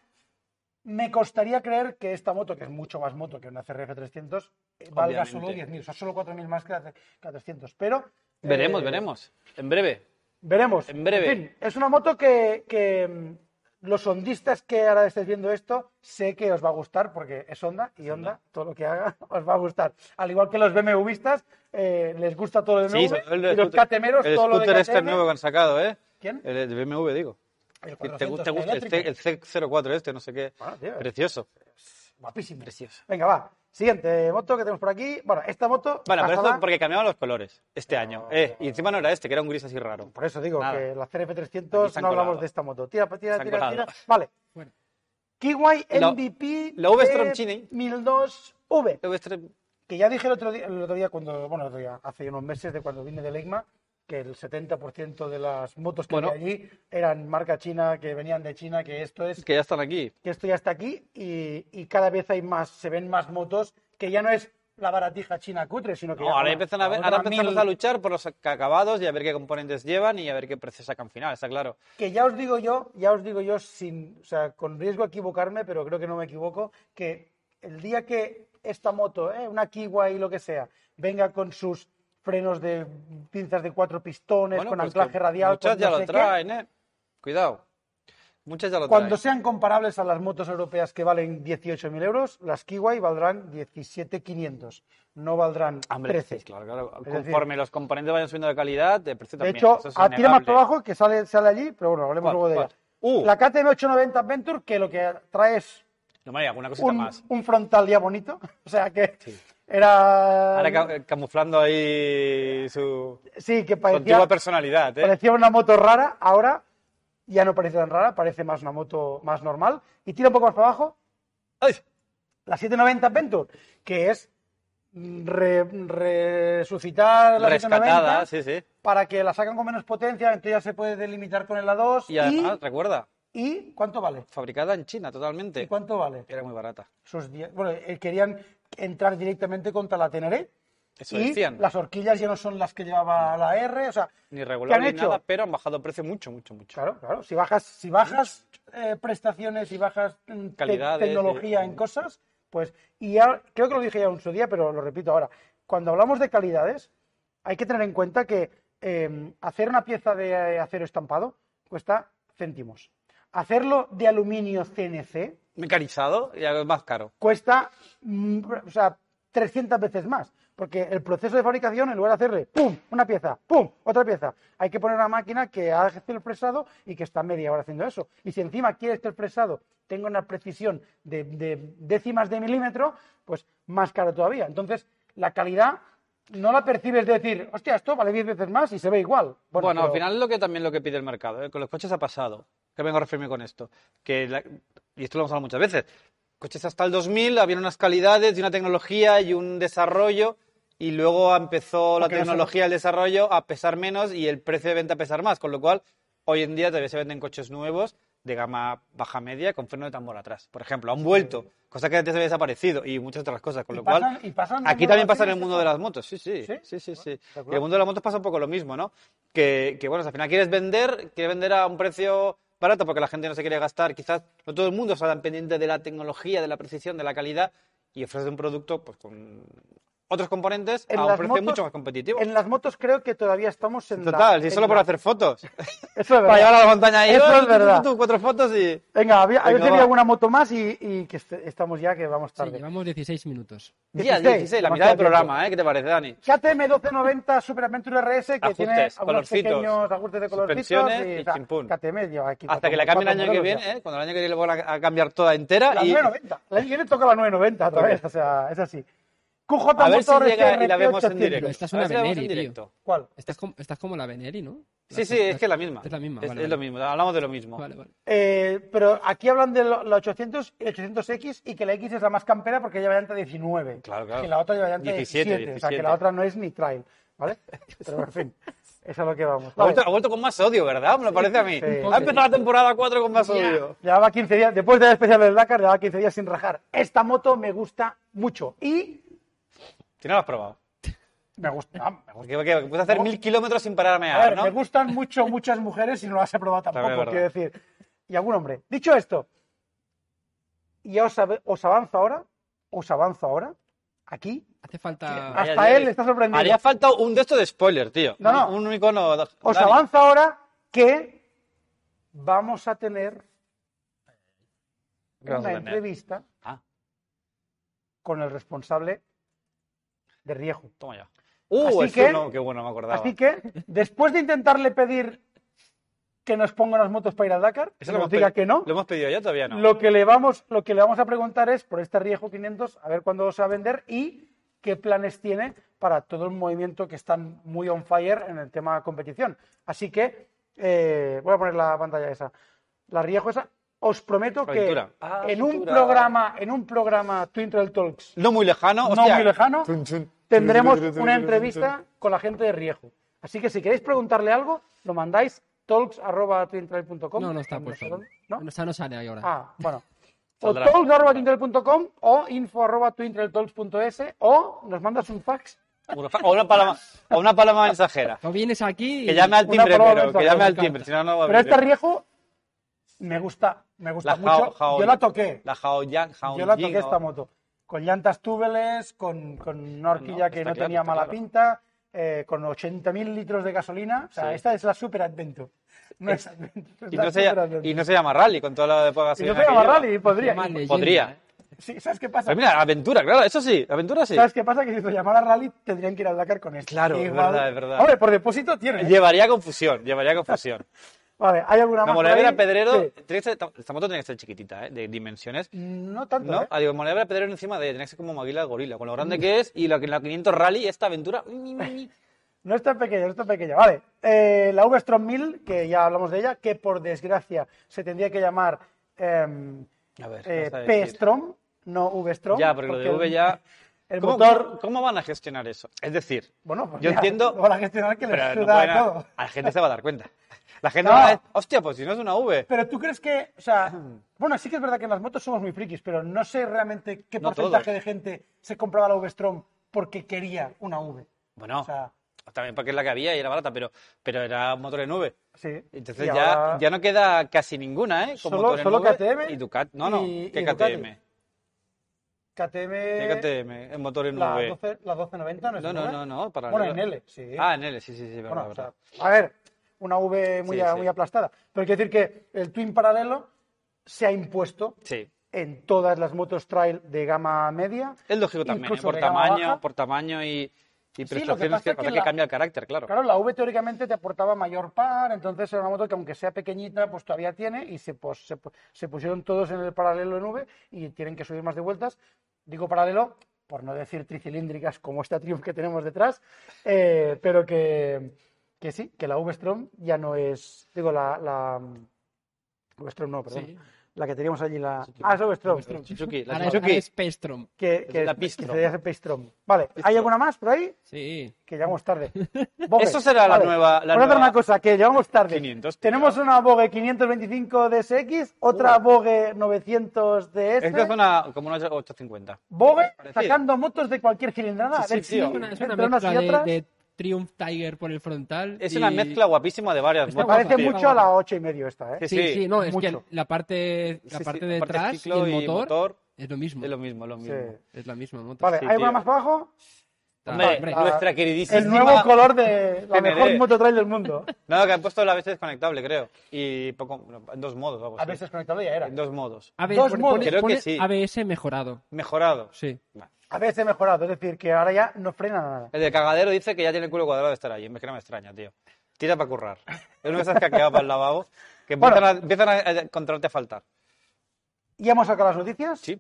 Speaker 2: me costaría creer que esta moto, que es mucho más moto que una CRF 300, eh, valga
Speaker 1: Obviamente.
Speaker 2: solo 10.000, o sea, solo 4.000 más que la, que la 300. Pero...
Speaker 1: veremos,
Speaker 2: eh,
Speaker 1: veremos. En breve.
Speaker 2: Veremos.
Speaker 1: En breve.
Speaker 2: fin, es una moto que, que, mm, los hondistas que ahora estáis viendo esto, sé que os va a gustar porque es Honda y Honda, todo lo que haga os va a gustar. Al igual que los BMWistas, eh, les gusta todo lo de BMW.
Speaker 1: sobre todo el
Speaker 2: y los
Speaker 1: scooter-
Speaker 2: catemeros,
Speaker 1: el
Speaker 2: todo lo de
Speaker 1: scooter este
Speaker 2: KTM,
Speaker 1: nuevo que han sacado, ¿eh?
Speaker 2: ¿Quién?
Speaker 1: El, el BMW, digo.
Speaker 2: el
Speaker 1: Que
Speaker 2: 400
Speaker 1: te gusta, este, gusta el,
Speaker 2: eléctrico.
Speaker 1: C, el C04 este, no sé qué.
Speaker 2: Bueno, Ah, tío, es-
Speaker 1: Precioso.
Speaker 2: Guapísimo.
Speaker 1: Precioso.
Speaker 2: Venga, va. Siguiente moto que tenemos por aquí. Bueno, esta moto.
Speaker 1: Bueno, pero
Speaker 2: basada-
Speaker 1: esto porque cambiaban los colores este año. Eh, y encima no era este, que era un gris así raro.
Speaker 2: Por eso digo
Speaker 1: Nada.
Speaker 2: que la
Speaker 1: Aquí se
Speaker 2: CRF300
Speaker 1: han
Speaker 2: no hablamos
Speaker 1: colado.
Speaker 2: de esta moto. Tira, tira,
Speaker 1: Se han
Speaker 2: tira,
Speaker 1: colado.
Speaker 2: tira. Vale.
Speaker 3: Bueno.
Speaker 2: Kiwai
Speaker 1: La-
Speaker 2: MVP
Speaker 1: la V Stromchini.
Speaker 2: 1002V.
Speaker 1: Luego este-
Speaker 2: Que ya dije el otro día, el otro día cuando, bueno, el otro día, hace unos meses de cuando vine del EICMA, que el 70% de las motos que
Speaker 1: Bueno.
Speaker 2: había allí eran marca china, que venían de China, que esto es,
Speaker 1: Que ya están aquí.
Speaker 2: que esto ya está aquí y, y cada vez hay más, se ven más motos que ya no es la baratija china cutre, sino que
Speaker 1: No,
Speaker 2: ya,
Speaker 1: ahora
Speaker 2: bueno,
Speaker 1: empiezan a ver,
Speaker 2: ahora
Speaker 1: ahora
Speaker 2: una
Speaker 1: empezamos
Speaker 2: mil-
Speaker 1: a luchar por los acabados y a ver qué componentes llevan y a ver qué precio sacan final, está claro.
Speaker 2: Que ya os digo yo, ya os digo yo, sin, o sea, con riesgo a equivocarme, pero creo que no me equivoco, que el día que esta moto, eh, una Kiwi y lo que sea, venga con sus frenos de pinzas de cuatro pistones,
Speaker 1: Bueno,
Speaker 2: con
Speaker 1: pues que
Speaker 2: anclaje radial,
Speaker 1: Muchas
Speaker 2: con
Speaker 1: ya
Speaker 2: no
Speaker 1: lo
Speaker 2: sé qué,
Speaker 1: traen, ¿eh? Cuidado. Muchas ya lo
Speaker 2: cuando
Speaker 1: traen.
Speaker 2: sean comparables a las motos europeas que valen 18.000 euros, las Kiwi valdrán 17.500, no valdrán
Speaker 1: Hombre,
Speaker 2: 13.
Speaker 1: sí, claro, claro.
Speaker 2: Es
Speaker 1: Conforme los componentes vayan subiendo de calidad, de precio
Speaker 2: De
Speaker 1: también.
Speaker 2: hecho,
Speaker 1: eso es
Speaker 2: a- tira más
Speaker 1: innegable.
Speaker 2: para abajo que sale, sale allí, pero bueno,
Speaker 1: ¿Cuál?
Speaker 2: hablemos luego de ella.
Speaker 1: ¿Cuál? Uh.
Speaker 2: La KTM 890 Adventure, que lo que trae es
Speaker 1: No, María, alguna cosita
Speaker 2: un,
Speaker 1: más.
Speaker 2: un frontal ya bonito. O sea que
Speaker 1: Sí.
Speaker 2: era.
Speaker 1: Ahora ca- eh, camuflando ahí su,
Speaker 2: sí, que
Speaker 1: su
Speaker 2: parecía,
Speaker 1: antigua personalidad, ¿eh?
Speaker 2: parecía una moto rara. Ahora ya no parece tan rara, parece más una moto más normal. Y tira un poco más para abajo,
Speaker 1: ¡Ay!
Speaker 2: la 790 Adventure, que es re- resucitar la 790
Speaker 1: Rescatada, sí, sí.
Speaker 2: para que la sacan con menos potencia, entonces ya se puede delimitar con el A2.
Speaker 1: Y además, recuerda,
Speaker 2: ¿y cuánto vale?
Speaker 1: fabricada en China totalmente.
Speaker 2: ¿Y cuánto vale?
Speaker 1: Era muy barata.
Speaker 2: Sus die- bueno, eh, querían entrar directamente contra la Teneré.
Speaker 1: Eso
Speaker 2: y
Speaker 1: decían.
Speaker 2: las horquillas ya no son las que llevaba la R, o sea,
Speaker 1: Ni
Speaker 2: ¿qué
Speaker 1: regular
Speaker 2: han
Speaker 1: ni
Speaker 2: hecho?
Speaker 1: nada, pero han bajado precio mucho, mucho, mucho.
Speaker 2: Claro, claro. Si bajas, si bajas eh, prestaciones y bajas mm, te-
Speaker 1: Calidades,
Speaker 2: tecnología
Speaker 1: eh,
Speaker 2: en cosas, pues. Y ya, creo que lo dije ya en su día, pero lo repito ahora. Cuando hablamos de calidades, hay que tener en cuenta que eh, hacer una pieza de acero estampado cuesta céntimos. Hacerlo de aluminio CNC
Speaker 1: Mecanizado y algo más caro.
Speaker 2: cuesta, mm, o sea, 300 veces más. Porque el proceso de fabricación, en lugar de hacerle ¡pum! una pieza, ¡pum! otra pieza, hay que poner una máquina que hace el presado y que está media hora haciendo eso. Y si encima quieres que el presado tenga una precisión de, de décimas de milímetro, pues más caro todavía. Entonces, la calidad no la percibes de decir, hostia, esto vale 10 veces más y se ve igual.
Speaker 1: Bueno, al
Speaker 2: pero-
Speaker 1: final es lo que también lo que pide el mercado. ¿eh? Con los coches ha pasado. Que vengo a referirme con esto. Que la- y esto lo hemos hablado muchas veces. Coches hasta el 2000 habían unas calidades y una tecnología y un desarrollo. Y luego empezó la
Speaker 2: Porque los-
Speaker 1: tecnología, el desarrollo a pesar menos y el precio de venta a pesar más. Con lo cual, hoy en día todavía se venden coches nuevos de gama baja media con freno de tambor atrás. Por ejemplo, han vuelto. Cosa que antes había desaparecido y muchas otras cosas. Con
Speaker 2: Y
Speaker 1: lo
Speaker 2: pasan-
Speaker 1: cual,
Speaker 2: y pasan de
Speaker 1: aquí
Speaker 2: nuevo
Speaker 1: también
Speaker 2: las
Speaker 1: pasa en el
Speaker 2: series
Speaker 1: mundo de las motos. Sí, sí.
Speaker 2: ¿Sí?
Speaker 1: Sí, sí, sí.
Speaker 2: acuerdo.
Speaker 1: Y el mundo de las motos pasa un poco lo mismo, ¿no? Que, que, bueno, si al final quieres vender, quieres vender a un precio barato porque la gente no se quiere gastar, quizás no todo el mundo está tan pendiente de la tecnología, de la precisión, de la calidad y ofrece un producto pues con otros componentes
Speaker 2: en
Speaker 1: a un
Speaker 2: las
Speaker 1: precio
Speaker 2: motos-
Speaker 1: mucho más competitivo.
Speaker 2: En las motos creo que todavía estamos en la-
Speaker 1: Total, si
Speaker 2: en
Speaker 1: solo por
Speaker 2: la-
Speaker 1: hacer fotos.
Speaker 2: Eso es
Speaker 1: Para
Speaker 2: verdad.
Speaker 1: llevar a la montaña ahí,
Speaker 2: Eso
Speaker 1: ¡oh,
Speaker 2: es
Speaker 1: tú, tú, tú,
Speaker 2: verdad.
Speaker 1: tú, cuatro fotos y...
Speaker 2: Venga, había, a
Speaker 1: Venga,
Speaker 2: ver si había
Speaker 1: va.
Speaker 2: alguna moto más y, y que est- estamos ya, que vamos
Speaker 3: Sí,
Speaker 2: tarde.
Speaker 3: llevamos 16 minutos.
Speaker 1: Día
Speaker 2: 16,
Speaker 1: 16, la mitad
Speaker 2: demasiado
Speaker 1: del programa, ¿eh? ¿Qué te parece, Dani?
Speaker 2: KTM 1290 Super Adventure RS que tiene
Speaker 1: Ajustes,
Speaker 2: algunos
Speaker 1: colorcitos,
Speaker 2: pequeños ajustes de colorcitos
Speaker 1: suspensiones y chimpún.
Speaker 2: KTM lleva aquí
Speaker 1: Hasta
Speaker 2: cuatro-
Speaker 1: que la cambien el año
Speaker 2: cuatro
Speaker 1: que
Speaker 2: modelos
Speaker 1: viene,
Speaker 2: ya.
Speaker 1: ¿eh? Cuando el año que viene le vuelvan a a cambiar toda entera
Speaker 2: La
Speaker 1: y...
Speaker 2: 990. El año que viene toca la 990 otra vez, o sea, es así. QJ
Speaker 1: A ver si
Speaker 2: Motor
Speaker 1: llega y la
Speaker 2: SRP
Speaker 1: vemos en
Speaker 2: 800.
Speaker 1: directo.
Speaker 3: Esta es
Speaker 1: A ver
Speaker 3: una
Speaker 1: si la vemos
Speaker 3: Benelli,
Speaker 1: en
Speaker 3: tío.
Speaker 1: directo.
Speaker 2: ¿Cuál?
Speaker 3: Estás, com- estás como la Benelli, ¿no?
Speaker 1: Sí, sí, es que es la misma.
Speaker 3: Es la misma,
Speaker 1: Es,
Speaker 3: vale,
Speaker 1: es
Speaker 3: vale.
Speaker 1: lo mismo, hablamos de lo mismo.
Speaker 3: Vale, vale.
Speaker 2: Eh, pero aquí hablan de lo- la 800 y 800X y que la X es la más campera porque lleva llanta 19.
Speaker 1: Claro, claro.
Speaker 2: Que la otra lleva llanta 17,
Speaker 1: 17,
Speaker 2: O sea, que
Speaker 1: 17.
Speaker 2: la otra no es ni trail, ¿vale? Pero en fin, es a lo que vamos.
Speaker 1: Ha
Speaker 2: Vale.
Speaker 1: vuelto, ha vuelto con más odio, ¿verdad? Me lo parece a mí.
Speaker 2: sí.
Speaker 1: Ha empezado la temporada 4 con más odio.
Speaker 2: Llevaba 15 días, después del especial del Dakar, llevaba 15 días sin rajar. Esta moto me gusta mucho y
Speaker 1: Si no lo has probado.
Speaker 2: me gusta. ah, me gusta.
Speaker 1: Porque, porque puedes hacer
Speaker 2: No.
Speaker 1: mil kilómetros sin parar a
Speaker 2: A
Speaker 1: mear,
Speaker 2: ver,
Speaker 1: ¿no?
Speaker 2: me gustan mucho muchas mujeres y no las he probado
Speaker 1: También
Speaker 2: tampoco,
Speaker 1: es
Speaker 2: quiero
Speaker 1: verdad.
Speaker 2: decir. Y algún hombre. Dicho esto, ya os, av- os avanzo ahora, os avanzo ahora, aquí,
Speaker 3: Hace falta...
Speaker 1: Vaya,
Speaker 2: hasta
Speaker 1: Jerry.
Speaker 2: él le está sorprendido.
Speaker 1: Haría falta un de estos de spoiler, tío.
Speaker 2: No, no.
Speaker 1: Un, un icono. Dani.
Speaker 2: Os avanza ahora que vamos a tener
Speaker 1: ¿Qué vamos a
Speaker 2: una
Speaker 1: tener?
Speaker 2: entrevista
Speaker 1: Ah,
Speaker 2: con el responsable de Riejo.
Speaker 1: toma ya. Uh,
Speaker 2: Así
Speaker 1: es
Speaker 2: que-
Speaker 1: que... no, qué bueno, me acordaba.
Speaker 2: Así que, después de intentarle pedir que nos ponga las motos para ir al Dakar, que
Speaker 1: Eso lo
Speaker 2: nos
Speaker 1: hemos
Speaker 2: diga
Speaker 1: pedi-
Speaker 2: que no,
Speaker 1: Lo hemos pedido ya, todavía no.
Speaker 2: lo, que le vamos, lo que le vamos a preguntar es por este Riejo 500, a ver cuándo se va a vender y qué planes tiene para todo el movimiento que están muy on fire en el tema competición. Así que, eh, voy a poner la pantalla esa. La Riejo esa. Os prometo que
Speaker 1: Aventura. Ah,
Speaker 2: en un
Speaker 1: aventura.
Speaker 2: programa, en un programa Twin Trail Talks
Speaker 1: No muy lejano.
Speaker 2: no
Speaker 1: hostia.
Speaker 2: muy lejano,
Speaker 1: Chun, chun.
Speaker 2: tendremos una entrevista con la gente de Riejo. Así que si queréis preguntarle algo, lo mandáis talks.twintrail.com.
Speaker 3: No, no está puesto.
Speaker 2: ¿No?
Speaker 3: O sea, no sale ahí ahora.
Speaker 2: Ah, bueno. O
Speaker 1: Saldrá.
Speaker 2: talks.twintrail.com o info.twintrailtalks.es o nos mandas un fax.
Speaker 1: O una paloma, o una paloma mensajera.
Speaker 3: O vienes aquí y...
Speaker 1: Que llame al
Speaker 2: Una
Speaker 1: timbre,
Speaker 2: paloma
Speaker 1: pero que
Speaker 2: mensajera,
Speaker 1: llame al
Speaker 3: me
Speaker 1: timbre, si no, no va a
Speaker 2: Pero
Speaker 1: venir.
Speaker 2: este Riejo me gusta, me gusta
Speaker 1: La
Speaker 2: mucho.
Speaker 1: Hao- Hao-
Speaker 2: Yo la toqué.
Speaker 1: La Haoyang,
Speaker 2: Yo la
Speaker 1: Haoying,
Speaker 2: toqué esta
Speaker 1: o-
Speaker 2: moto. Con llantas túbeles, con, con una horquilla
Speaker 1: No,
Speaker 2: que
Speaker 1: está
Speaker 2: no
Speaker 1: claro,
Speaker 2: tenía
Speaker 1: está
Speaker 2: mala
Speaker 1: claro.
Speaker 2: pinta, eh, con 80.000 litros de gasolina. O sea,
Speaker 1: Sí.
Speaker 2: esta es la Super Adventure. No es Adventure. es
Speaker 1: Y
Speaker 2: la
Speaker 1: no, se,
Speaker 2: Super
Speaker 1: lla-
Speaker 2: Adventure.
Speaker 1: y no se llama Rally con toda la de
Speaker 2: Y no se llama Rally, podría.
Speaker 3: Llama leyenda,
Speaker 1: Podría.
Speaker 3: ¿eh?
Speaker 2: Sí, ¿Sabes qué pasa?
Speaker 1: Pero mira, aventura, claro, eso sí, aventura sí.
Speaker 2: ¿Sabes qué pasa? Que si lo llamara Rally tendrían que ir al Dakar con esto.
Speaker 1: Claro, es
Speaker 2: Igual-
Speaker 1: verdad, es verdad.
Speaker 2: Hombre, por depósito tiene. ¿eh?
Speaker 1: Llevaría confusión, llevaría confusión.
Speaker 2: Vale, ¿hay alguna
Speaker 1: La
Speaker 2: más? por ahí?
Speaker 1: Moledora Pedrero,
Speaker 2: Sí.
Speaker 1: tiene que ser- esta moto tiene que ser chiquitita, ¿eh? de dimensiones.
Speaker 2: No tanto,
Speaker 1: No,
Speaker 2: ¿eh?
Speaker 1: ah, digo, Moledora Pedrero encima de ella, tiene que ser como Maguila Gorila, con lo grande
Speaker 2: Mm.
Speaker 1: que es y la, la 500 Rally, esta aventura. mm, mm, mm.
Speaker 2: No es tan pequeña, no es tan pequeña. Vale, eh, la V-Strom 1000, que ya hablamos de ella, que por desgracia se tendría que llamar em,
Speaker 1: A ver,
Speaker 2: eh,
Speaker 1: vas a decir.
Speaker 2: P-Strom, no V-Strom.
Speaker 1: Ya, porque lo de V ya.
Speaker 2: El
Speaker 1: ¿Cómo,
Speaker 2: motor,
Speaker 1: ¿Cómo van a gestionar eso? Es decir,
Speaker 2: bueno, pues
Speaker 1: yo
Speaker 2: ya,
Speaker 1: entiendo.
Speaker 2: lo van a gestionar que le
Speaker 1: pero no
Speaker 2: suda
Speaker 1: pueden-
Speaker 2: todo.
Speaker 1: a la gente se va a dar cuenta. La gente
Speaker 2: No.
Speaker 1: va a decir, hostia, pues si no es una V.
Speaker 2: Pero tú crees que, o sea, bueno, sí que es verdad que en las motos somos muy frikis, pero no sé realmente qué
Speaker 1: No
Speaker 2: porcentaje
Speaker 1: todos.
Speaker 2: de gente se compraba la V-Strom porque quería una V.
Speaker 1: Bueno,
Speaker 2: O sea,
Speaker 1: también porque es la que había y era barata, pero, pero era motor en V.
Speaker 2: sí.
Speaker 1: Entonces
Speaker 2: Y
Speaker 1: ya,
Speaker 2: ahora-
Speaker 1: ya no queda casi ninguna, ¿eh? Con
Speaker 2: Solo-
Speaker 1: motor en
Speaker 2: solo
Speaker 1: V
Speaker 2: KTM
Speaker 1: Y Ducati. No, no,
Speaker 2: y-
Speaker 1: ¿qué
Speaker 2: y Ducati.
Speaker 1: KTM?
Speaker 2: KTM,
Speaker 1: ¿Qué KTM? El motor en
Speaker 2: la,
Speaker 1: V.
Speaker 2: 12, la 1290, ¿no es
Speaker 1: No, no,
Speaker 2: V?
Speaker 1: no, no, para
Speaker 2: Bueno, en
Speaker 1: nada.
Speaker 2: L, sí.
Speaker 1: Ah, en L, sí, sí, sí, verdad,
Speaker 2: Bueno, o
Speaker 1: verdad.
Speaker 2: sea, a ver, una V muy,
Speaker 1: Sí,
Speaker 2: a-
Speaker 1: sí.
Speaker 2: muy aplastada. Pero quiero decir que el twin paralelo se ha impuesto
Speaker 1: Sí.
Speaker 2: en todas las motos trail de gama media.
Speaker 1: El lógico también, ¿eh?
Speaker 2: incluso
Speaker 1: por
Speaker 2: de gama
Speaker 1: tamaño,
Speaker 2: baja.
Speaker 1: por tamaño y, y
Speaker 2: Sí, lo que
Speaker 1: prestaciones.
Speaker 2: pasa
Speaker 1: que,
Speaker 2: es que
Speaker 1: pasa es que
Speaker 2: la-
Speaker 1: cambia el carácter, claro.
Speaker 2: Claro, la V teóricamente te aportaba mayor par, entonces era una moto que aunque sea pequeñita, pues todavía tiene y se, pos- se, pu- se pusieron todos en el paralelo en V y tienen que subir más de vueltas. Digo paralelo, por no decir tricilíndricas como esta Triumph que tenemos detrás, eh, pero que, que sí, que la V-Strom ya no es, digo, la, la V-Strom no, perdón,
Speaker 3: Sí.
Speaker 2: la que teníamos allí, la...
Speaker 1: Sí,
Speaker 2: Ah, es la V-Strom,
Speaker 1: La Suzuki, la
Speaker 3: Ahora es,
Speaker 1: Suzuki.
Speaker 3: ahora es Pestrom.
Speaker 2: que,
Speaker 1: Es
Speaker 2: que,
Speaker 1: la
Speaker 2: que
Speaker 1: Pistrom.
Speaker 2: sería ese Pistrom. Vale, ¿hay alguna más por ahí?
Speaker 3: Sí.
Speaker 2: que llegamos tarde. Bogue,
Speaker 1: Eso será la nueva- la
Speaker 2: Voy a hacer
Speaker 1: nueva
Speaker 2: una cosa, que llegamos tarde.
Speaker 1: 500, tío.
Speaker 2: Tenemos una Bogue 525 DSX, otra
Speaker 1: Uh.
Speaker 2: Bogue 900 DS.
Speaker 1: Esta es una, como una 850.
Speaker 2: Bogue
Speaker 1: parecida.
Speaker 2: sacando motos de cualquier cilindrada.
Speaker 1: Sí,
Speaker 2: a ver
Speaker 1: sí,
Speaker 2: si
Speaker 1: tío.
Speaker 3: Es una, es
Speaker 2: entre
Speaker 3: una
Speaker 2: unas y
Speaker 3: mezcla de,
Speaker 2: otras,
Speaker 3: de Triumph Tiger por el frontal.
Speaker 1: Es
Speaker 3: y-
Speaker 1: una mezcla guapísima de varias
Speaker 3: Está
Speaker 2: Me
Speaker 1: motos,
Speaker 2: Este parece
Speaker 1: tío.
Speaker 2: mucho a la 8 y medio esta,
Speaker 1: Sí,
Speaker 2: ¿eh?
Speaker 3: Sí, sí, no, es
Speaker 2: mucho.
Speaker 3: que la parte, la
Speaker 1: Sí, sí,
Speaker 3: parte
Speaker 1: la
Speaker 3: de
Speaker 1: parte
Speaker 3: atrás
Speaker 1: ciclo
Speaker 3: y el
Speaker 1: y
Speaker 3: motor,
Speaker 1: motor
Speaker 3: es lo mismo.
Speaker 1: Es lo mismo, es lo
Speaker 2: Sí.
Speaker 1: mismo.
Speaker 3: Es la misma moto.
Speaker 2: Vale,
Speaker 1: Sí,
Speaker 2: ¿hay una
Speaker 1: tío.
Speaker 2: más para abajo?
Speaker 3: Está-
Speaker 1: Hombre,
Speaker 3: hombre,
Speaker 1: nuestra queridísima.
Speaker 2: El nuevo color de la
Speaker 1: Teneré.
Speaker 2: mejor mototrail del mundo.
Speaker 1: No, que han puesto la vez desconectable, creo. Y poco, no, en dos modos, vamos.
Speaker 2: A veces conectado ya era.
Speaker 1: En dos modos.
Speaker 3: A ver,
Speaker 2: Dos
Speaker 3: pone-
Speaker 2: modos.
Speaker 3: pone-
Speaker 1: Creo que
Speaker 3: pone
Speaker 1: sí.
Speaker 3: ABS mejorado.
Speaker 1: Mejorado.
Speaker 3: Sí.
Speaker 1: Vale.
Speaker 2: A veces he mejorado, es decir, que ahora ya no frena nada.
Speaker 1: El de cagadero dice que ya tiene el culo cuadrado de estar ahí. Es que no me extraña, tío. Tira para currar. Es una de esas que ha quedado para el lavabo. Que
Speaker 2: Bueno.
Speaker 1: empiezan, a, empiezan a- a encontrarte a faltar.
Speaker 2: ¿Y hemos sacado las noticias?
Speaker 1: Sí.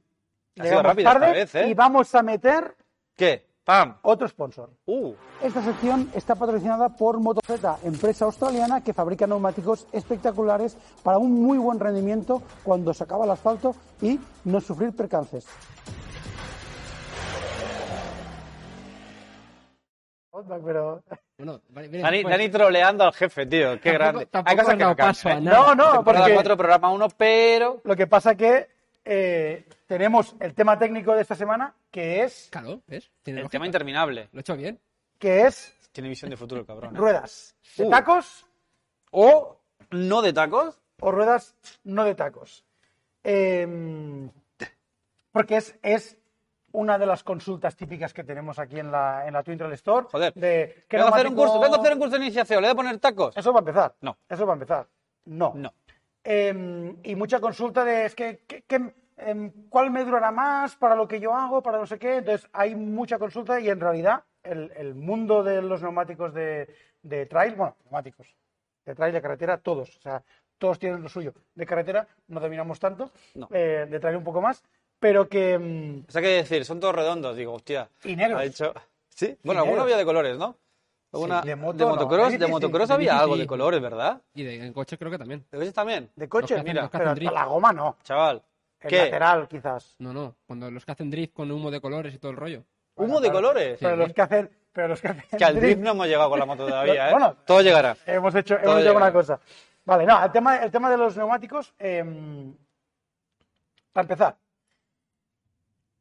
Speaker 1: Ha sido
Speaker 2: Llegamos
Speaker 1: rápida esta
Speaker 2: tarde
Speaker 1: vez, ¿eh?
Speaker 2: y vamos a meter
Speaker 1: ¿Qué? ¡Pam!
Speaker 2: otro sponsor.
Speaker 1: ¡Uh!
Speaker 2: Esta sección está patrocinada por MotoZ, empresa australiana que fabrica neumáticos espectaculares para un muy buen rendimiento cuando se acaba el asfalto y no sufrir percances. Pero...
Speaker 3: Bueno, vale, mira,
Speaker 1: Dani,
Speaker 3: pues,
Speaker 1: Dani troleando al jefe, tío. Qué
Speaker 3: Tampoco-
Speaker 1: grande.
Speaker 3: tampoco
Speaker 1: Hay cosas que
Speaker 3: no
Speaker 1: no cambian,
Speaker 3: paso a
Speaker 1: ¿eh?
Speaker 3: nada.
Speaker 2: No, no,
Speaker 1: Temporada
Speaker 2: porque
Speaker 1: 4, programa 1, pero...
Speaker 2: lo que pasa que eh, tenemos el tema técnico de esta semana que es
Speaker 3: Claro, ¿ves? Tiene
Speaker 1: El
Speaker 3: lógica.
Speaker 1: tema interminable.
Speaker 3: Lo he hecho bien.
Speaker 2: que es
Speaker 1: Tiene visión de futuro, el cabrón. ¿eh?
Speaker 2: ruedas de
Speaker 1: Uh.
Speaker 2: tacos
Speaker 1: ¿O no de tacos?
Speaker 2: o ruedas no de tacos. Em, porque es, es una de las consultas típicas que tenemos aquí en la, en la Twin Trail Store.
Speaker 1: Joder.
Speaker 2: De, ¿qué
Speaker 1: Vengo a hacer un
Speaker 2: neumático-
Speaker 1: curso, vengo a hacer un curso de iniciación, le voy a poner tacos.
Speaker 2: Eso va a empezar.
Speaker 1: No.
Speaker 2: Eso va a empezar. No.
Speaker 1: No.
Speaker 2: Em, y mucha consulta de es que, que- que, em, cuál me durará más para lo que yo hago, para no sé qué. Entonces hay mucha consulta y en realidad el, el mundo de los neumáticos de, de trail, bueno, neumáticos, de trail, de carretera, todos, o sea, todos tienen lo suyo. De carretera no dominamos tanto,
Speaker 1: No.
Speaker 2: eh, de trail un poco más, pero que... em,
Speaker 1: O sea, que decir, son todos redondos, digo, hostia.
Speaker 2: Y negros.
Speaker 1: Ha hecho... Sí, bueno,
Speaker 2: Y negros.
Speaker 1: alguno había de colores, ¿no? Alguna-
Speaker 2: Sí, de moto
Speaker 1: de
Speaker 2: no, de
Speaker 1: motocross,
Speaker 2: bici
Speaker 1: de
Speaker 2: sí,
Speaker 1: motocross
Speaker 3: de
Speaker 1: había
Speaker 3: bici
Speaker 1: algo
Speaker 3: sí.
Speaker 1: de colores, ¿verdad?
Speaker 3: Y de, en coche creo que también.
Speaker 1: ¿De coches también?
Speaker 2: de
Speaker 3: Los que
Speaker 2: coche,
Speaker 3: hacen-
Speaker 2: mira,
Speaker 3: los que
Speaker 2: pero
Speaker 3: hacen drift.
Speaker 2: la goma no,
Speaker 1: Chaval,
Speaker 2: el
Speaker 1: ¿qué?
Speaker 2: lateral quizás.
Speaker 3: No, no. Cuando los que hacen drift con humo de colores y todo el rollo.
Speaker 1: ¿Humo de colores?
Speaker 2: Pero los que hacen... Pero los que hacen
Speaker 1: Que al
Speaker 2: drift-
Speaker 1: drift no hemos llegado con la moto todavía, ¿eh?
Speaker 2: Bueno.
Speaker 1: Todo llegará.
Speaker 2: Hemos hecho,
Speaker 1: Todo
Speaker 2: hemos hecho
Speaker 1: llega.
Speaker 2: una cosa. Vale, no, el tema, el tema de los neumáticos, em, para empezar,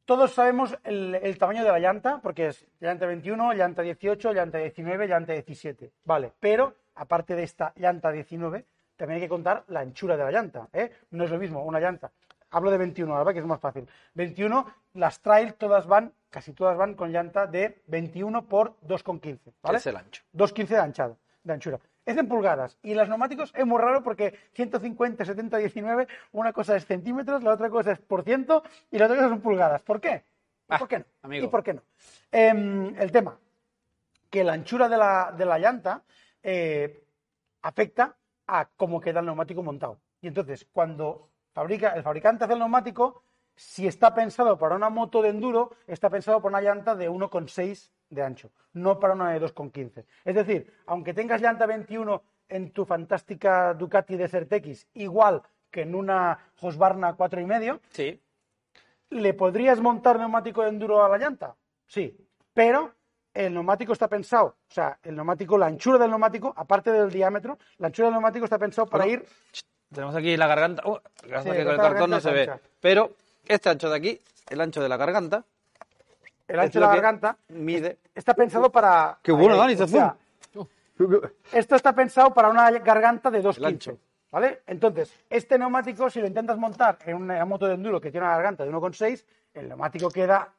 Speaker 2: todos sabemos el, el tamaño de la llanta, porque es llanta 21, llanta 18, llanta 19, llanta 17. Vale, pero aparte de esta llanta 19, también hay que contar la anchura de la llanta. ¿eh? No es lo mismo una llanta. Hablo de 21 ahora, que es más fácil. 21, las trail todas van, casi todas van con llanta de 21 por 2,15. ¿vale?
Speaker 1: Es el ancho.
Speaker 2: 2,15 de anchada, de anchura. Es en pulgadas. Y los neumáticos es muy raro porque 150, 70, 19, una cosa es centímetros, la otra cosa es por ciento y la otra cosa son pulgadas. ¿Por qué? ¿Y
Speaker 1: Ah,
Speaker 2: ¿Por qué no?
Speaker 1: amigo.
Speaker 2: ¿Y por qué no? Em, el tema, que la anchura de la, de la llanta eh, afecta a cómo queda el neumático montado. Y entonces, cuando fabrica, el fabricante hace el neumático, si está pensado para una moto de enduro, está pensado para una llanta de 1,6 de ancho, no para una de 2,15. Es decir, aunque tengas llanta 21 en tu fantástica Ducati Desert X, igual que en una Husqvarna 4,5,
Speaker 1: Sí.
Speaker 2: ¿Le podrías montar neumático de enduro a la llanta? Sí, pero el neumático está pensado, o sea, el neumático, la anchura del neumático, aparte del diámetro, la anchura del neumático está pensado para
Speaker 1: Bueno,
Speaker 2: ir
Speaker 1: Tenemos aquí la garganta. Uh, la verdad que
Speaker 2: Sí, esta
Speaker 1: con el
Speaker 2: garganta
Speaker 1: cartón no
Speaker 2: es
Speaker 1: se ve.
Speaker 2: ancha.
Speaker 1: Pero este ancho de aquí, el ancho de la garganta,
Speaker 2: el
Speaker 1: es
Speaker 2: ancho de
Speaker 1: lo
Speaker 2: la
Speaker 1: que
Speaker 2: garganta,
Speaker 1: mide.
Speaker 2: ¿eh? está pensado para...
Speaker 1: Qué bueno,
Speaker 2: Ahí,
Speaker 1: Dani,
Speaker 2: o
Speaker 1: se
Speaker 2: sea, Esto está pensado para una garganta de
Speaker 1: El ancho.
Speaker 2: 2.15, ¿vale? Entonces, este neumático, si lo intentas montar en una moto de enduro que tiene una garganta de 1.6, el neumático queda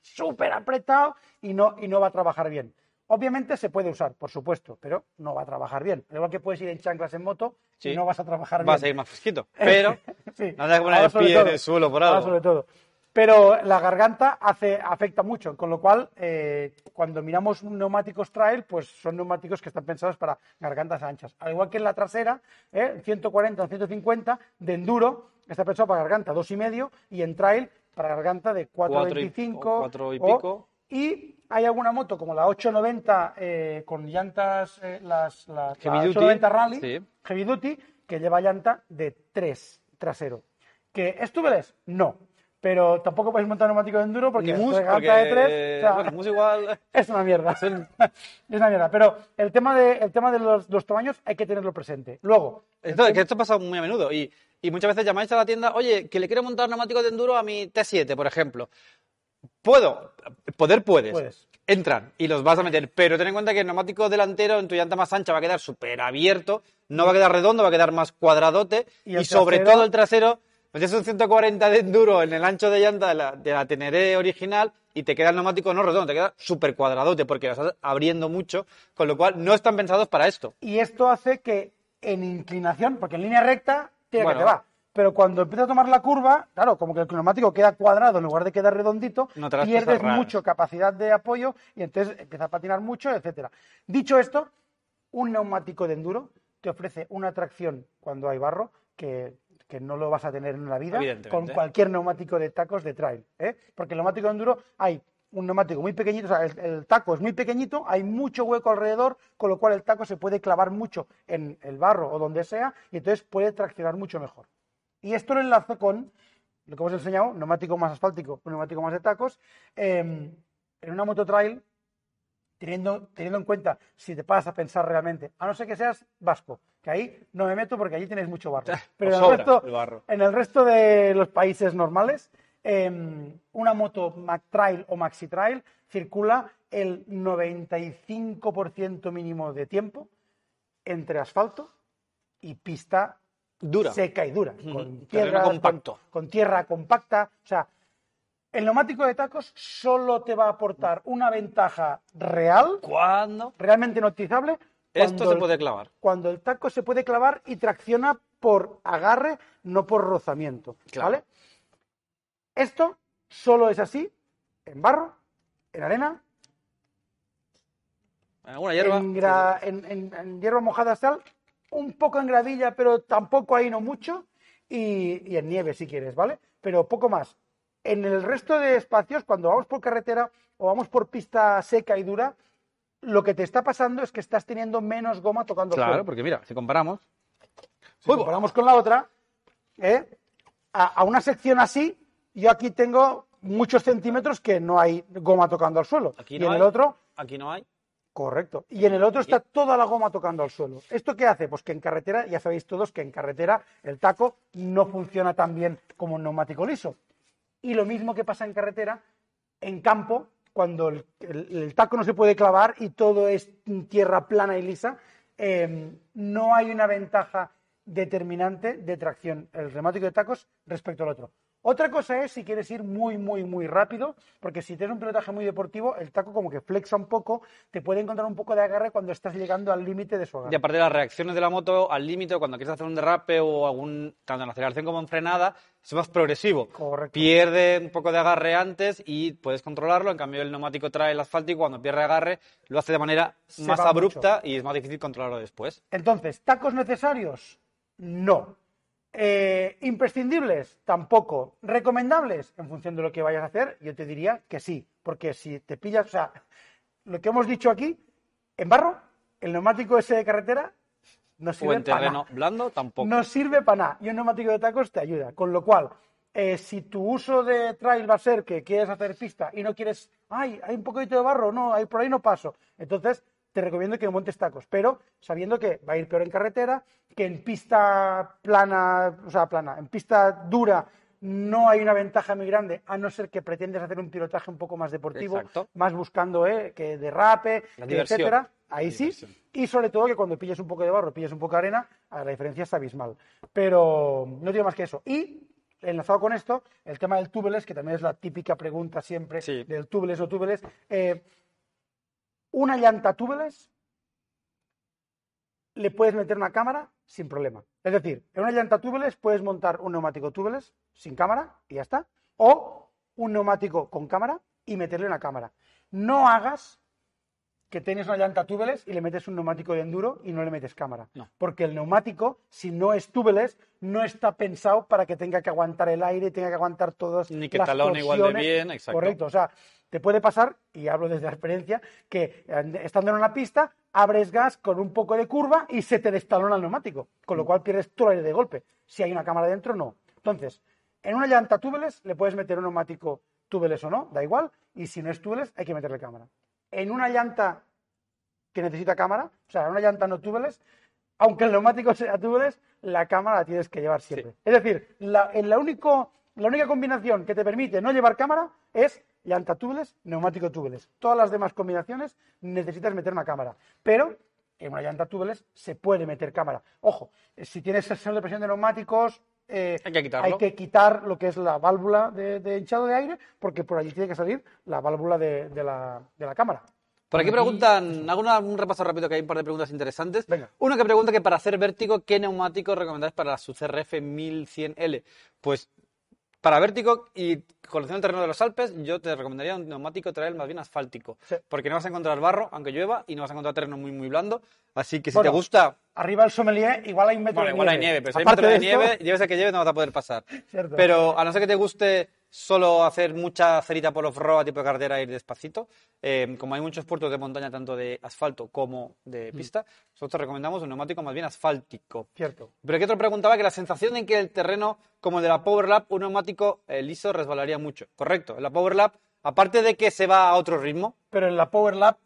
Speaker 2: súper apretado y no, y no va a trabajar bien. Obviamente se puede usar, por supuesto, pero no va a trabajar bien. Al Igual que puedes ir en chanclas en moto
Speaker 1: Sí.
Speaker 2: y no vas a trabajar
Speaker 1: Va a
Speaker 2: bien.
Speaker 1: seguir más fresquito. Pero
Speaker 2: Sí,
Speaker 1: no habrá que poner
Speaker 2: ahora
Speaker 1: el
Speaker 2: sobre
Speaker 1: pie
Speaker 2: todo,
Speaker 1: en el suelo por
Speaker 2: ahora
Speaker 1: algo.
Speaker 2: sobre todo. Pero la garganta hace, afecta mucho, con lo cual, eh, cuando miramos neumáticos trail, pues son neumáticos que están pensados para gargantas anchas. Al igual que en la trasera, ¿eh? 140 o 150 de enduro, está pensado para garganta 2,5 y en trail para garganta de 4,25
Speaker 1: Cuatro y- o cuatro y
Speaker 2: o-
Speaker 1: pico.
Speaker 2: y hay alguna moto como la 890 eh, con llantas, eh, las, las la
Speaker 1: Heavy duty,
Speaker 2: 890 Rally,
Speaker 1: sí.
Speaker 2: Heavy Duty, que lleva llanta de 3 trasero. ¿Que es tubeless? No. Pero tampoco podéis montar neumático de enduro porque
Speaker 1: Mus,
Speaker 2: la
Speaker 1: porque,
Speaker 2: llanta de 3
Speaker 1: eh, bueno, Mus igual.
Speaker 2: es una mierda.
Speaker 1: Es el-
Speaker 2: Es una mierda. Pero el tema de, el tema de los, los tamaños hay que tenerlo presente. Luego,
Speaker 1: Esto, que esto pasa muy a menudo. Y, y muchas veces llamáis a la tienda, oye, que le quiero montar neumáticos de enduro a mi T7, por ejemplo. Puedo, poder puedes.
Speaker 2: Puedes.
Speaker 1: Entran y los vas a meter. Pero ten en cuenta que el neumático delantero en tu llanta más ancha va a quedar súper abierto, no va a quedar redondo, va a quedar más cuadradote.
Speaker 2: Y
Speaker 1: Y,
Speaker 2: el
Speaker 1: sobre
Speaker 2: trasero-
Speaker 1: todo el trasero, metes un 140 de enduro en el ancho de llanta de la, de la Teneré original y te queda el neumático no redondo, te queda súper cuadradote porque lo estás abriendo mucho, con lo cual no están pensados para esto.
Speaker 2: Y esto hace que en inclinación, porque en línea recta, tira
Speaker 1: Bueno.
Speaker 2: que te va. Pero cuando empieza a tomar la curva, claro, como que el neumático queda cuadrado en lugar de quedar redondito,
Speaker 1: No te las
Speaker 2: pierdes
Speaker 1: cosas raras.
Speaker 2: mucho capacidad de apoyo y entonces empieza a patinar mucho, etcétera. Dicho esto, un neumático de enduro te ofrece una tracción cuando hay barro que, que no lo vas a tener en la vida
Speaker 1: Evidentemente.
Speaker 2: con cualquier neumático de tacos de trail. ¿eh? Porque el neumático de enduro hay un neumático muy pequeñito, o sea, el, el taco es muy pequeñito, hay mucho hueco alrededor, con lo cual el taco se puede clavar mucho en el barro o donde sea y entonces puede traccionar mucho mejor. Y esto lo enlazo con lo que hemos enseñado, neumático más asfáltico, un neumático más de tacos. em, en una moto trail, teniendo, teniendo en cuenta si te paras a pensar realmente, a no ser que seas vasco, que ahí no me meto porque allí tenéis mucho barro. Pero en el,
Speaker 1: sobra
Speaker 2: resto,
Speaker 1: el barro.
Speaker 2: en el resto de los países normales, em, una moto Mac Trail o Maxi Trail circula el 95% mínimo de tiempo entre asfalto y pista
Speaker 1: Dura.
Speaker 2: seca y dura,
Speaker 1: Ujú,
Speaker 2: con
Speaker 1: terreno
Speaker 2: tierra
Speaker 1: compacto.
Speaker 2: Con, con tierra compacta, o sea, el neumático de tacos solo te va a aportar una ventaja real,
Speaker 1: ¿Cuándo?
Speaker 2: realmente notizable.
Speaker 1: Esto
Speaker 2: cuando
Speaker 1: se
Speaker 2: el-
Speaker 1: puede clavar.
Speaker 2: Cuando el taco se puede clavar y tracciona por agarre, no por rozamiento,
Speaker 1: Claro.
Speaker 2: ¿vale? Esto solo es así en barro, en arena,
Speaker 1: En alguna Eh, hierba.
Speaker 2: en, gra- en- en- en hierba mojada sal, un poco en gravilla, pero tampoco ahí no mucho, y, y en nieve si quieres, ¿vale? Pero poco más. En el resto de espacios, cuando vamos por carretera o vamos por pista seca y dura, lo que te está pasando es que estás teniendo menos goma tocando el
Speaker 1: Claro, pues,
Speaker 2: suelo.
Speaker 1: porque mira, si comparamos.
Speaker 2: Si comparamos con la otra, ¿eh? a, a una sección así, yo aquí tengo muchos centímetros que no hay goma tocando al suelo.
Speaker 1: Aquí
Speaker 2: y
Speaker 1: no
Speaker 2: en el
Speaker 1: hay.
Speaker 2: otro
Speaker 1: Aquí no hay.
Speaker 2: Correcto. Y en el otro está toda la goma tocando al suelo. ¿Esto qué hace? Pues que en carretera, ya sabéis todos que en carretera el taco no funciona tan bien como un neumático liso. Y lo mismo que pasa en carretera, en campo, cuando el, el- el taco no se puede clavar y todo es tierra plana y lisa, eh, no hay una ventaja determinante de tracción el neumático de tacos respecto al otro. Otra cosa es si quieres ir muy, muy, muy rápido, porque si tienes un pilotaje muy deportivo, el taco como que flexa un poco, te puede encontrar un poco de agarre cuando estás llegando al límite de su agarre.
Speaker 1: Y aparte de las reacciones de la moto al límite, o cuando quieres hacer un derrape o algún, tanto en aceleración como en frenada, es más progresivo.
Speaker 2: Correcto.
Speaker 1: Pierde un poco de agarre antes y puedes controlarlo. En cambio, el neumático trae el asfalto y cuando pierde agarre lo hace de manera
Speaker 2: Se
Speaker 1: más
Speaker 2: va
Speaker 1: abrupta y es más difícil controlarlo después.
Speaker 2: Entonces, ¿tacos necesarios? No. Eh, ¿Imprescindibles? Tampoco. ¿Recomendables? En función de lo que vayas a hacer, yo te diría que sí. Porque si te pillas, o sea, lo que hemos dicho aquí, en barro, el neumático ese de carretera, no
Speaker 1: O
Speaker 2: sirve
Speaker 1: en
Speaker 2: para
Speaker 1: terreno
Speaker 2: nada.
Speaker 1: blando tampoco.
Speaker 2: No sirve para nada. Y un neumático de tacos te ayuda. Con lo cual, eh, si tu uso de trail va a ser que quieres hacer pista y no quieres, ay, hay un poquito de barro, no, ahí por ahí no paso. Entonces, te recomiendo que montes tacos, pero sabiendo que va a ir peor en carretera, que en pista plana, o sea, plana, en pista dura no hay una ventaja muy grande, a no ser que pretendes hacer un pilotaje un poco más deportivo,
Speaker 1: Exacto.
Speaker 2: más buscando eh, que derrape,
Speaker 1: La
Speaker 2: que
Speaker 1: diversión.
Speaker 2: etcétera. Ahí
Speaker 1: La
Speaker 2: sí.
Speaker 1: diversión.
Speaker 2: Y sobre todo que cuando pilles un poco de barro, pilles un poco de arena, a la diferencia es abismal. Pero no tiene más que eso. Y enlazado con esto, el tema del tubeless, que también es la típica pregunta siempre
Speaker 1: Sí.
Speaker 2: del tubeless o tubeless. eh, una llanta tubeless le puedes meter una cámara sin problema. Es decir, en una llanta tubeless puedes montar un neumático tubeless sin cámara y ya está. O un neumático con cámara y meterle una cámara. No hagas que tienes una llanta tubeless y le metes un neumático de enduro y no le metes cámara.
Speaker 1: No.
Speaker 2: Porque el neumático, si no es tubeless, no está pensado para que tenga que aguantar el aire, tenga que aguantar todas
Speaker 1: Ni que
Speaker 2: las
Speaker 1: talone igual de
Speaker 2: torsiones.
Speaker 1: bien, exacto.
Speaker 2: Correcto, o sea, te puede pasar, y hablo desde la experiencia, que eh, estando en una pista, abres gas con un poco de curva y se te destalona el neumático,
Speaker 1: Mm.
Speaker 2: con lo cual pierdes todo el aire de golpe. Si hay una cámara dentro, no. Entonces, en una llanta tubeless le puedes meter un neumático tubeless o no, da igual, y si no es tubeless, hay que meterle cámara. En una llanta que necesita cámara, o sea, una llanta no tubeless, aunque el neumático sea tubeless, la cámara la tienes que llevar siempre. Es decir, la, en la, único, la única combinación que te permite no llevar cámara es llanta tubeless, neumático tubeless. Todas las demás combinaciones necesitas meter una cámara. Pero en una llanta tubeless se puede meter cámara. Ojo, eh, si tienes sensor de presión de neumáticos, eh,
Speaker 1: Hay que quitarlo.
Speaker 2: que quitar lo que es la válvula de, de hinchado de aire, porque por allí tiene que salir la válvula de- de la- de la cámara.
Speaker 1: Por aquí
Speaker 3: Aquí-
Speaker 1: preguntan, hago una- un repaso rápido que hay un par de preguntas interesantes.
Speaker 2: Venga.
Speaker 1: Uno que pregunta que para hacer vértigo, ¿qué neumático recomendáis para su CRF 1100L? Pues para vértigo y conociendo el terreno de los Alpes, yo te recomendaría un neumático trail más bien asfáltico.
Speaker 2: Sí.
Speaker 1: Porque no vas a encontrar barro, aunque llueva, y no vas a encontrar terreno muy, muy blando. Así que si
Speaker 2: Bueno,
Speaker 1: te gusta,
Speaker 2: Arriba el sommelier, igual hay un metro
Speaker 1: bueno,
Speaker 2: de
Speaker 1: igual
Speaker 2: nieve.
Speaker 1: hay nieve, pero si hay
Speaker 2: Aparte
Speaker 1: metro de
Speaker 2: de esto-
Speaker 1: nieve, lleves el que lleves, no vas a poder pasar.
Speaker 2: Cierto.
Speaker 1: Pero a no ser que te guste solo hacer mucha cerita por off-road a tipo de carretera e ir despacito, eh, como hay muchos puertos de montaña, tanto de asfalto como de pista, nosotros recomendamos un neumático más bien asfáltico.
Speaker 2: Cierto.
Speaker 1: Pero que otro preguntaba que la sensación en que el terreno, como el de la Powerlap, un neumático eh, liso resbalaría mucho. Correcto, en la Powerlap, aparte de que se va a otro ritmo,
Speaker 2: Pero en la Power Lab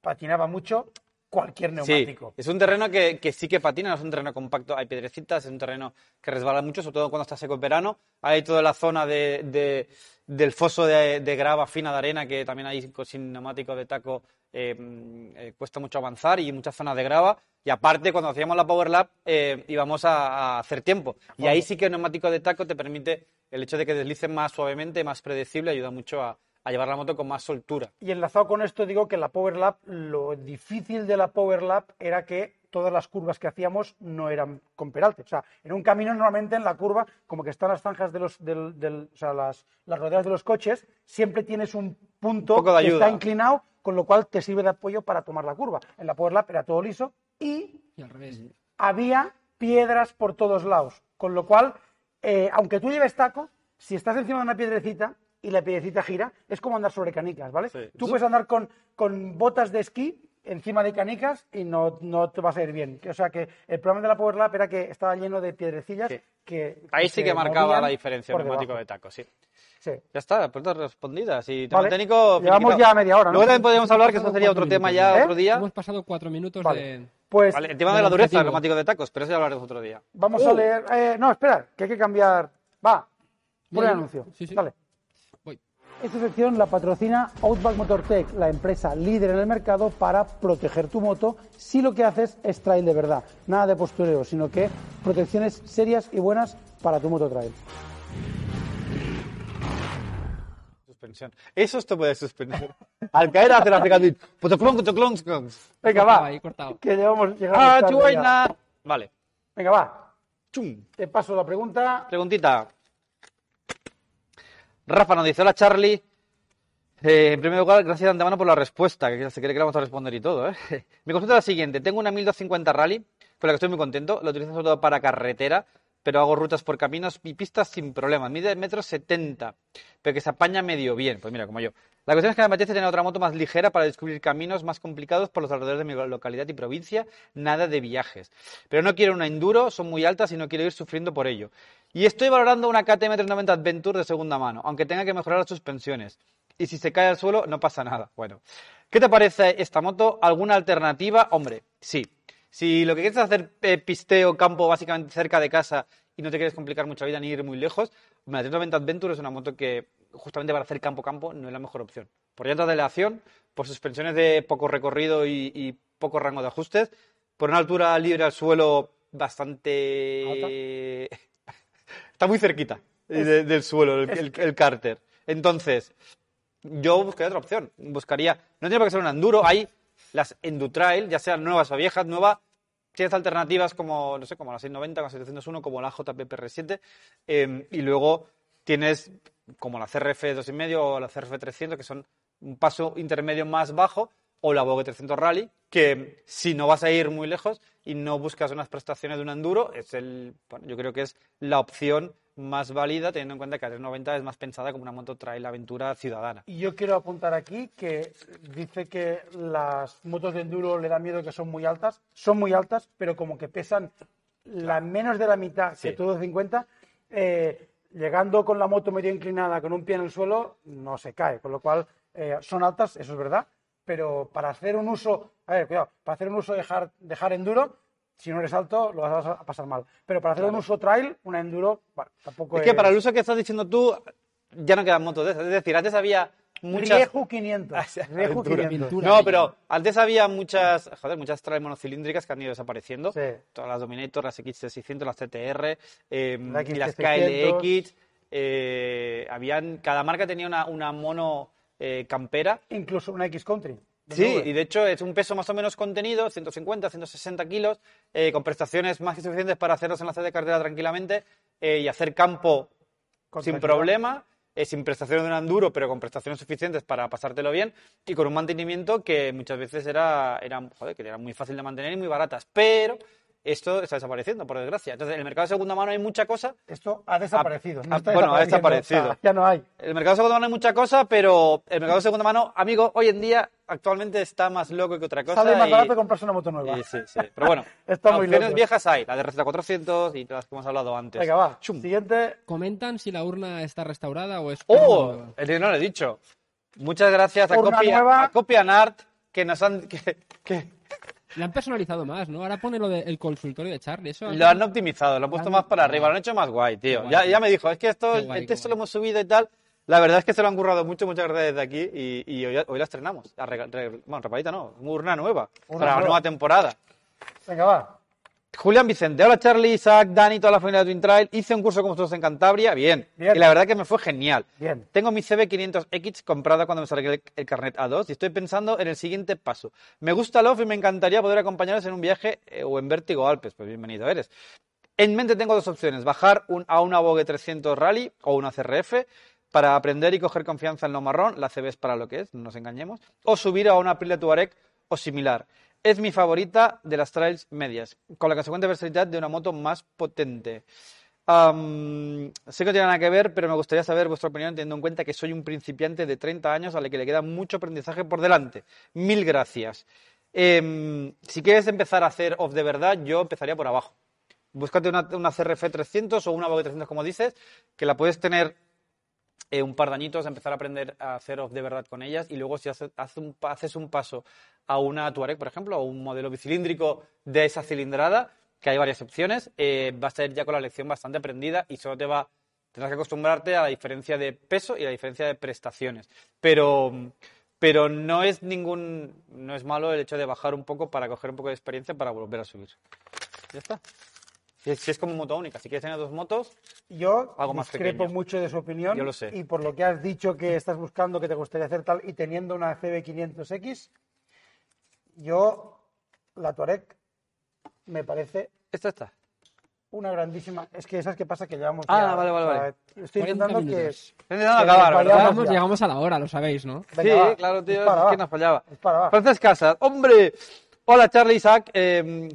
Speaker 2: patinaba mucho cualquier neumático.
Speaker 1: Sí, es un terreno que, que sí que patina, no es un terreno compacto, hay piedrecitas, es un terreno que resbala mucho, sobre todo cuando está seco el verano. Hay toda la zona de, de- del foso de, de grava fina de arena, que también hay co- sin neumático de taco, eh, mm, eh, cuesta mucho avanzar y muchas zonas de grava. Y aparte, cuando hacíamos la Power Lap, eh, íbamos a, a hacer tiempo. Y ahí sí que el neumático de taco te permite el hecho de que deslice más suavemente, más predecible, ayuda mucho a- a llevar la moto con más soltura.
Speaker 2: Y enlazado con esto digo que la Power Lab, lo difícil de la Power Lab era que todas las curvas que hacíamos no eran con peralte. O sea, en un camino normalmente en la curva, como que están las zanjas de los, del, del- o sea, las, las rodeadas de los coches, siempre tienes un punto
Speaker 1: Un poco de
Speaker 2: que está
Speaker 1: ayuda.
Speaker 2: inclinado, con lo cual te sirve de apoyo para tomar la curva. En la Power Lab era todo liso y
Speaker 3: Y al revés.
Speaker 2: había piedras por todos lados. Con lo cual, eh, aunque tú lleves taco, si estás encima de una piedrecita y la piedrecita gira, es como andar sobre canicas, ¿vale?
Speaker 1: Sí.
Speaker 2: Tú puedes andar con, con botas de esquí encima de canicas y no, no te va a ir bien. O sea que el problema de la Power Lab era que estaba lleno de piedrecillas
Speaker 1: Sí.
Speaker 2: que...
Speaker 1: Ahí sí
Speaker 2: se
Speaker 1: que marcaba
Speaker 2: movían
Speaker 1: la diferencia
Speaker 2: por
Speaker 1: el neumático
Speaker 2: debajo.
Speaker 1: de taco, sí.
Speaker 2: Sí.
Speaker 1: Ya está, las preguntas respondidas. Y tema
Speaker 2: Vale.
Speaker 1: técnico.
Speaker 2: Llevamos
Speaker 1: finiquitado.
Speaker 2: ya media hora, ¿no?
Speaker 1: Luego también podríamos hablar, que eso
Speaker 3: Hemos
Speaker 1: sería
Speaker 3: pasado
Speaker 1: otro tema
Speaker 3: cuatro
Speaker 1: ya
Speaker 2: minutos, ¿eh?
Speaker 1: otro día.
Speaker 3: Hemos pasado cuatro minutos
Speaker 2: Vale.
Speaker 3: de...
Speaker 2: Pues
Speaker 1: Vale, el tema de
Speaker 3: del
Speaker 1: la dureza
Speaker 3: objetivo.
Speaker 1: del neumático de tacos, pero eso ya hablaremos otro día.
Speaker 2: vamos a
Speaker 1: Uh,
Speaker 2: leer... eh, no, espera, que hay que cambiar... Va, pon el
Speaker 3: Mira,
Speaker 2: anuncio.
Speaker 3: sí, sí.
Speaker 2: Dale.
Speaker 3: Voy.
Speaker 2: Esta sección la patrocina Outback Motortech, la empresa líder en el mercado para proteger tu moto si lo que haces es trail de verdad. Nada de postureo, sino que protecciones serias y buenas para tu moto trail.
Speaker 1: suspensión. Eso es tope de suspensión. Al caer hace la pegada y... potoclon, potoclon, potoclon.
Speaker 2: Venga,
Speaker 3: Cortado
Speaker 2: va.
Speaker 3: ahí, cortado.
Speaker 2: Que llevamos, llegamos
Speaker 1: Ah,
Speaker 2: tarde ya.
Speaker 1: chuaina. Vale.
Speaker 2: Venga, va.
Speaker 1: Chum.
Speaker 2: Te paso la pregunta.
Speaker 1: Preguntita. Rafa nos dice, hola Charlie. Eh, en primer lugar, gracias de antemano por la respuesta, que se cree que la vamos a responder y todo. ¿eh? Mi consulta es la siguiente. Tengo una 1250 Rally, con la que estoy muy contento. La utilizo sobre todo para carretera, pero hago rutas por caminos y pistas sin problemas. Mide metros 70, pero que se apaña medio bien. Pues mira, como yo. La cuestión es que me apetece tener otra moto más ligera para descubrir caminos más complicados por los alrededores de mi localidad y provincia. Nada de viajes. Pero no quiero una enduro, son muy altas y no quiero ir sufriendo por ello. Y estoy valorando una KTM 390 Adventure de segunda mano, aunque tenga que mejorar las suspensiones. Y si se cae al suelo, no pasa nada. Bueno, ¿qué te parece esta moto? ¿Alguna alternativa? Hombre, sí. Si lo que quieres es hacer eh, pisteo, campo, básicamente cerca de casa y no te quieres complicar mucho la vida ni ir muy lejos, la 390 Adventure es una moto que justamente para hacer campo-campo no es la mejor opción. Por llantas de aleación, por suspensiones de poco recorrido y, y poco rango de ajustes, por una altura libre al suelo bastante... Está muy cerquita eh, de- del suelo, el, el- el cárter. Entonces, yo buscaría otra opción. Buscaría, no tiene por qué ser un enduro, hay las endutrail, ya sean nuevas o viejas, nueva. Tienes alternativas como, no sé, como la 690, como la 701, como la JPPR7. eh, y luego tienes como la CRF 2,5 o la CRF 300, que son un paso intermedio más bajo, o la Vogue 300 Rally, que si no vas a ir muy lejos y no buscas unas prestaciones de un enduro, es el, bueno, yo creo que es la opción más válida, teniendo en cuenta que la 390 es más pensada como una moto trail aventura ciudadana.
Speaker 2: Y yo quiero apuntar aquí que dice que las motos de enduro le da miedo que son muy altas. Son muy altas, pero como que pesan la menos de la mitad
Speaker 1: Sí.
Speaker 2: que tú de 50. eh, llegando con la moto medio inclinada, con un pie en el suelo, no se cae. Con lo cual, eh, son altas, eso es verdad. Pero para hacer un uso, a ver, cuidado, para hacer un uso de hard, de hard enduro, si no eres alto, lo vas a pasar mal. Pero para hacer un uso trail, una enduro, bueno, tampoco
Speaker 1: Es que para el uso que estás diciendo tú, ya no quedan motos de esas. Es decir, antes había muchas...
Speaker 2: Rieju 500. Rieju
Speaker 1: Aventura.
Speaker 2: 500.
Speaker 3: Aventura.
Speaker 1: No, pero antes había muchas, joder, muchas trail monocilíndricas que han ido desapareciendo.
Speaker 2: Sí.
Speaker 1: Todas las Dominator, las XT600, las CTR eh,
Speaker 2: La
Speaker 1: y las
Speaker 2: XT600.
Speaker 1: KLX. eh, habían, cada marca tenía una, una mono eh, campera.
Speaker 2: Incluso una X Country. de
Speaker 1: Sí,
Speaker 2: Pues nube.
Speaker 1: y de hecho es un peso más o menos contenido, 150, 160 kilos, eh, con prestaciones más que suficientes para hacer los enlaces de cartera tranquilamente eh, y hacer campo
Speaker 2: Con
Speaker 1: sin
Speaker 2: tranquilidad.
Speaker 1: problema, eh, sin prestaciones de un enduro, pero con prestaciones suficientes para pasártelo bien y con un mantenimiento que muchas veces era, era, joder, que era muy fácil de mantener y muy baratas. Pero esto está desapareciendo, por desgracia. Entonces, en el mercado de segunda mano hay mucha cosa.
Speaker 2: Esto ha desaparecido. no
Speaker 1: ah,
Speaker 2: está
Speaker 1: bueno, ha
Speaker 2: desapareciendo,
Speaker 1: desaparecido.
Speaker 2: o sea, ya no hay.
Speaker 1: El mercado de segunda mano hay mucha cosa, pero el mercado de segunda mano, amigo, hoy en día actualmente está más loco que otra cosa.
Speaker 2: Sale más
Speaker 1: y-
Speaker 2: barato comprarse una moto nueva.
Speaker 1: Sí, sí, sí. Pero bueno,
Speaker 2: Está muy
Speaker 1: opciones
Speaker 2: loco.
Speaker 1: viejas hay, la de receta 400 y las que hemos hablado antes.
Speaker 2: Venga, va.
Speaker 1: Chum.
Speaker 2: Siguiente.
Speaker 3: Comentan si la urna está restaurada o es.
Speaker 1: ¡Oh! Eh, No lo he dicho. Muchas gracias a
Speaker 2: Urna
Speaker 1: Copia,
Speaker 2: nueva.
Speaker 1: a Copia Nart, que nos han que, que
Speaker 3: La han personalizado más, ¿no? Ahora pone lo del consultorio de Charlie. Eso
Speaker 1: lo han optimizado, lo han puesto
Speaker 3: han-
Speaker 1: más para arriba, lo han hecho más guay, tío.
Speaker 3: Guay,
Speaker 1: Ya,
Speaker 3: tío.
Speaker 1: ya me dijo, es que esto,
Speaker 3: Qué guay,
Speaker 1: el
Speaker 3: qué
Speaker 1: texto lo
Speaker 3: guay.
Speaker 1: hemos subido y tal. La verdad es que se lo han currado mucho, muchas gracias desde aquí y, y hoy, hoy la estrenamos. La rega- re- bueno, reparita no, urna nueva
Speaker 2: Urna
Speaker 1: para la
Speaker 2: nueva.
Speaker 1: nueva temporada.
Speaker 2: Venga, va.
Speaker 1: Julián Vicente, hola Charlie, Isaac, Dani, toda la familia de Twin Trail. Hice un curso con vosotros en Cantabria, bien.
Speaker 2: Bien.
Speaker 1: Y la verdad que me fue genial.
Speaker 2: Bien.
Speaker 1: Tengo mi CB500X comprada cuando me salga el, el carnet A2 y estoy pensando en el siguiente paso. Me gusta Love y me encantaría poder acompañaros en un viaje eh, o en Vértigo Alpes. Pues bienvenido eres. En mente tengo dos opciones, bajar un- a una Vogue 300 Rally o una CRF para aprender y coger confianza en lo marrón, la CB es para lo que es, no nos engañemos, o subir a una Aprilia Tuareg o similar. Es mi favorita de las trails medias, con la consecuente versatilidad de una moto más potente. Am, sé que no tiene nada que ver, pero me gustaría saber vuestra opinión teniendo en cuenta que soy un principiante de 30 años al que le queda mucho aprendizaje por delante. Mil gracias. Em, si quieres empezar a hacer off de verdad, yo empezaría por abajo. Búscate una, una CRF 300 o una Vogue 300, como dices, que la puedes tener eh, un par de añitos, empezar a aprender a hacer off de verdad con ellas y luego si hace- hace un pa- haces un paso a una Tuareg, por ejemplo, o un modelo bicilíndrico de esa cilindrada, que hay varias opciones, eh, vas a ir ya con la lección bastante aprendida y solo te va, tendrás que acostumbrarte a la diferencia de peso y a la diferencia de prestaciones. Pero, pero no es ningún, no es malo el hecho de bajar un poco para coger un poco de experiencia para volver a subir. Ya está. Si es, si es como moto única, si quieres tener dos motos,
Speaker 2: Yo
Speaker 1: Algo más
Speaker 2: discrepo
Speaker 1: pequeño.
Speaker 2: mucho de su opinión.
Speaker 1: Yo lo sé.
Speaker 2: Y por lo que has dicho que estás buscando, que te gustaría hacer tal, y teniendo una CB500X, yo la Touareg me parece
Speaker 1: esta está.
Speaker 2: una grandísima. Es que esas que pasa que llevamos.
Speaker 1: Ah,
Speaker 2: ya-
Speaker 1: vale, vale,
Speaker 2: o sea,
Speaker 1: vale.
Speaker 2: Estoy
Speaker 3: 40
Speaker 2: intentando que.
Speaker 3: minutos.
Speaker 1: He intentado
Speaker 2: Que
Speaker 1: acabar,
Speaker 2: nos
Speaker 1: ¿verdad?
Speaker 2: vayamos.
Speaker 3: Llegamos,
Speaker 2: ya.
Speaker 3: llegamos a la hora, lo sabéis, ¿no?
Speaker 2: Venga,
Speaker 1: sí,
Speaker 2: va,
Speaker 1: claro, tío,
Speaker 2: dispara,
Speaker 1: es que
Speaker 2: va.
Speaker 1: nos fallaba.
Speaker 2: Dispara, va.
Speaker 1: Francesc Casas, hombre. Hola, Charlie Isaac. eh,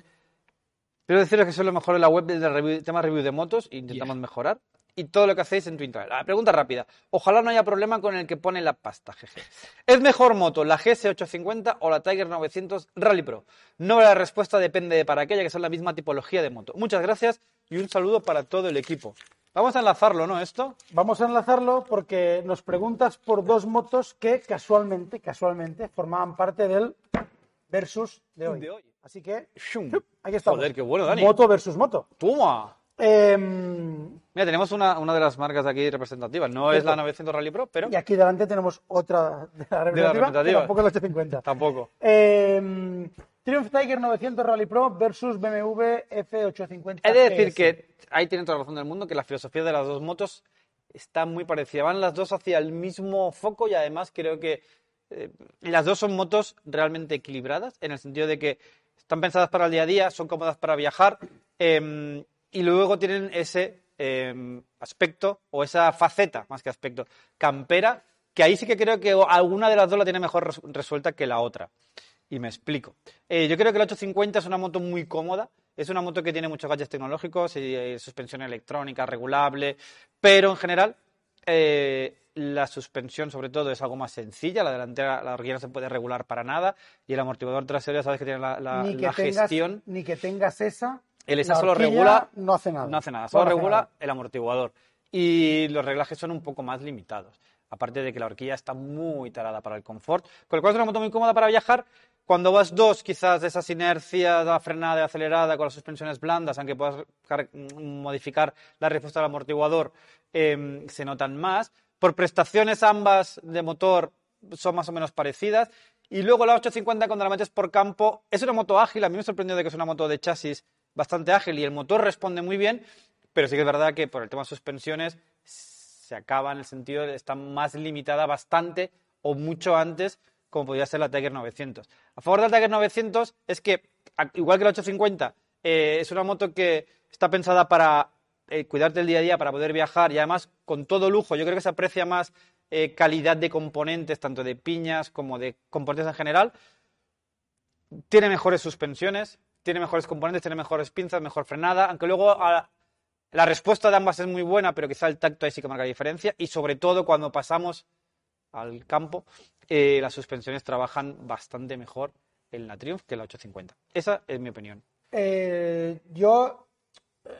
Speaker 1: quiero deciros que soy lo mejor en la web del review- tema review de motos. e Intentamos mejorar. Y todo lo que hacéis en Twitter. La pregunta rápida. Ojalá no haya problema con el que pone la pasta, jeje. ¿Es mejor moto la GS850 o la Tiger 900 Rally Pro? No la respuesta depende de para aquella que son la misma tipología de moto. Muchas gracias y un saludo para todo el equipo. Vamos a enlazarlo, ¿no? Esto.
Speaker 2: Vamos a enlazarlo porque nos preguntas por dos motos que casualmente, casualmente, formaban parte del versus de hoy.
Speaker 1: De hoy.
Speaker 2: Así que
Speaker 1: Shum.
Speaker 2: aquí estamos.
Speaker 1: Joder, qué bueno, Dani.
Speaker 2: Moto versus moto.
Speaker 1: ¡Toma!
Speaker 2: Em,
Speaker 1: Mira, tenemos una, una de las marcas de aquí representativas. No es la 900 Rally Pro, pero
Speaker 2: y aquí delante tenemos otra de la representativa, que
Speaker 1: representativa.
Speaker 2: tampoco es la 850.
Speaker 1: tampoco.
Speaker 2: Em, Triumph Tiger 900 Rally Pro versus BMW F850.
Speaker 1: He de decir
Speaker 2: GS.
Speaker 1: que ahí tiene toda la razón del mundo, que la filosofía de las dos motos está muy parecida. Van las dos hacia el mismo foco y además creo que eh, las dos son motos realmente equilibradas, en el sentido de que están pensadas para el día a día, son cómodas para viajar em, y luego tienen ese em, aspecto o esa faceta, más que aspecto, campera, que ahí sí que creo que alguna de las dos la tiene mejor res- resuelta que la otra. Y me explico. Eh, yo creo que el 850 es una moto muy cómoda. Es una moto que tiene muchos gadgets tecnológicos, eh, suspensión electrónica, regulable, pero en general eh, la suspensión sobre todo es algo más sencilla. La delantera, la horquilla no se puede regular para nada y el amortiguador trasero ya sabes que tiene la, la-
Speaker 2: ni que,
Speaker 1: la
Speaker 2: tengas,
Speaker 1: gestión.
Speaker 2: ni que tengas esa.
Speaker 1: El esa
Speaker 2: la
Speaker 1: solo
Speaker 2: horquilla
Speaker 1: regula-
Speaker 2: No hace nada.
Speaker 1: No hace nada, solo
Speaker 2: No hace
Speaker 1: regula
Speaker 2: nada.
Speaker 1: el amortiguador. Y los reglajes son un poco más limitados. Aparte de que la horquilla está muy tarada para el confort, con lo cual es una moto muy cómoda para viajar. Cuando vas dos, quizás de esas inercias, la frenada y acelerada con las suspensiones blandas, aunque puedas car- mm, modificar la respuesta del amortiguador, eh, se notan más. Por prestaciones ambas de motor son más o menos parecidas. Y luego la 850 cuando la metes por campo es una moto ágil. A mí me sorprendió de que es una moto de chasis bastante ágil y el motor responde muy bien, pero sí que es verdad que por el tema de suspensiones se acaba en el sentido de estar más limitada bastante o mucho antes como podría ser la Tiger 900. A favor de la Tiger 900 es que, a- igual que la 850, eh, es una moto que está pensada para eh, cuidarte el día a día, para poder viajar y además con todo lujo. Yo creo que se aprecia más eh, calidad de componentes, tanto de piñas como de componentes en general tiene mejores suspensiones, tiene mejores componentes, tiene mejores pinzas, mejor frenada, aunque luego a- la respuesta de ambas es muy buena, pero quizá el tacto ahí sí que marca la diferencia y sobre todo cuando pasamos al campo, eh, las suspensiones trabajan bastante mejor en la Triumph que en la 850. Esa es mi opinión.
Speaker 2: Eh, yo eh,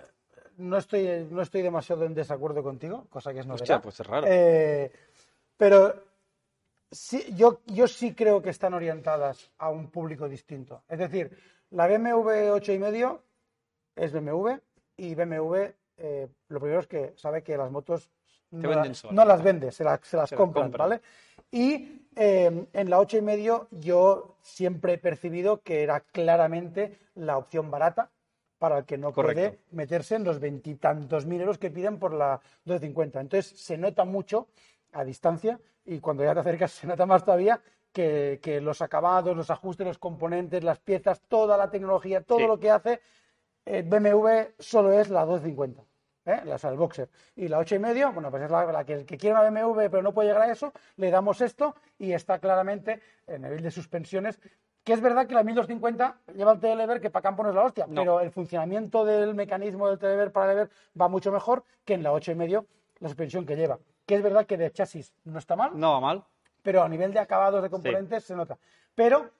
Speaker 2: no estoy, no estoy demasiado en desacuerdo contigo, cosa que es novedad.
Speaker 1: Hostia, pues es raro.
Speaker 2: Eh, pero sí, yo, yo sí creo que están orientadas a un público distinto. Es decir, la BMW 8 y medio es BMW y BMW eh, lo primero es que sabe que las motos no, la-
Speaker 1: venden solas.
Speaker 2: no las vende, se, la- se las
Speaker 1: Se las
Speaker 2: compran,
Speaker 1: compran.
Speaker 2: ¿vale? Y eh, en la 8 y medio yo siempre he percibido que era claramente la opción barata para el que no puede
Speaker 1: Correcto.
Speaker 2: meterse en los veintitantos mil euros que piden por la 250. Entonces se nota mucho a distancia y cuando ya te acercas se nota más todavía que, que los acabados, los ajustes, los componentes, las piezas, toda la tecnología, todo
Speaker 1: Sí.
Speaker 2: lo que hace eh, BMW solo es la 250, ¿eh? la, o sea, el boxer. Y la 8 y medio, bueno, pues es la, la que el que quiere una BMW pero no puede llegar a eso, le damos esto y está claramente en el nivel de suspensiones. Que es verdad que la 1250 lleva el telever que para campo no es la hostia,
Speaker 1: No.
Speaker 2: pero el funcionamiento del mecanismo del telever para lever va mucho mejor que en la 8 y medio la suspensión que lleva. Que es verdad que de chasis no está mal,
Speaker 1: No va mal.
Speaker 2: pero a nivel de acabados de componentes se nota. Pero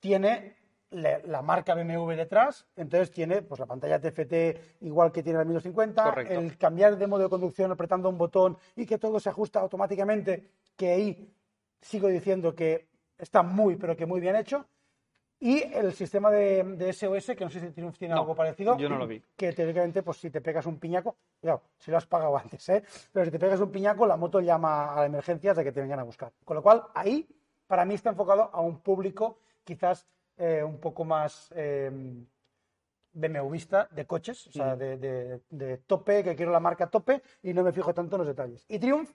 Speaker 2: tiene la, la marca BMW detrás, entonces tiene pues la pantalla TFT igual que tiene la 1250,
Speaker 1: Correcto.
Speaker 2: el cambiar de modo de conducción apretando un botón y que todo se ajusta automáticamente, que ahí sigo diciendo que está muy, pero que muy bien hecho. Y el sistema de, de SOS, que no sé si Triumph tiene
Speaker 1: No,
Speaker 2: algo parecido.
Speaker 1: yo no lo vi.
Speaker 2: Que teóricamente, pues si te pegas un piñaco, claro, si lo has pagado antes, ¿eh? Pero si te pegas un piñaco, la moto llama a la emergencia hasta que te vengan a buscar. Con lo cual, ahí, para mí está enfocado a un público quizás eh, un poco más eh, BMWista de coches, o sea, de, de- de tope, que quiero la marca tope y no me fijo tanto en los detalles. Y Triumph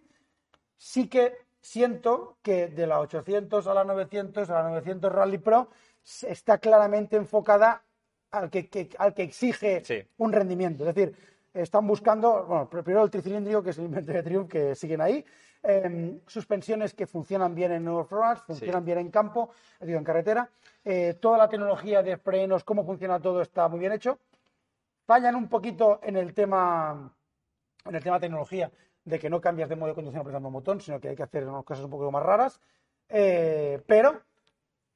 Speaker 2: sí que siento que de la 800 a la 900, a la 900 Rally Pro, se- está claramente enfocada al que, que- al que exige
Speaker 1: Sí.
Speaker 2: un rendimiento. Es decir, están buscando, bueno, primero el tricilíndrico, que es el invento de Triumph, que siguen ahí, eh, suspensiones que funcionan bien en off-roads, funcionan bien en campo, digo, en carretera, eh, toda la tecnología de frenos, cómo funciona todo, está muy bien hecho. Fallan un poquito en el tema en el tema de tecnología, de que no cambias de modo de conducción apretando un botón, sino que hay que hacer unas cosas un poco más raras. Eh, pero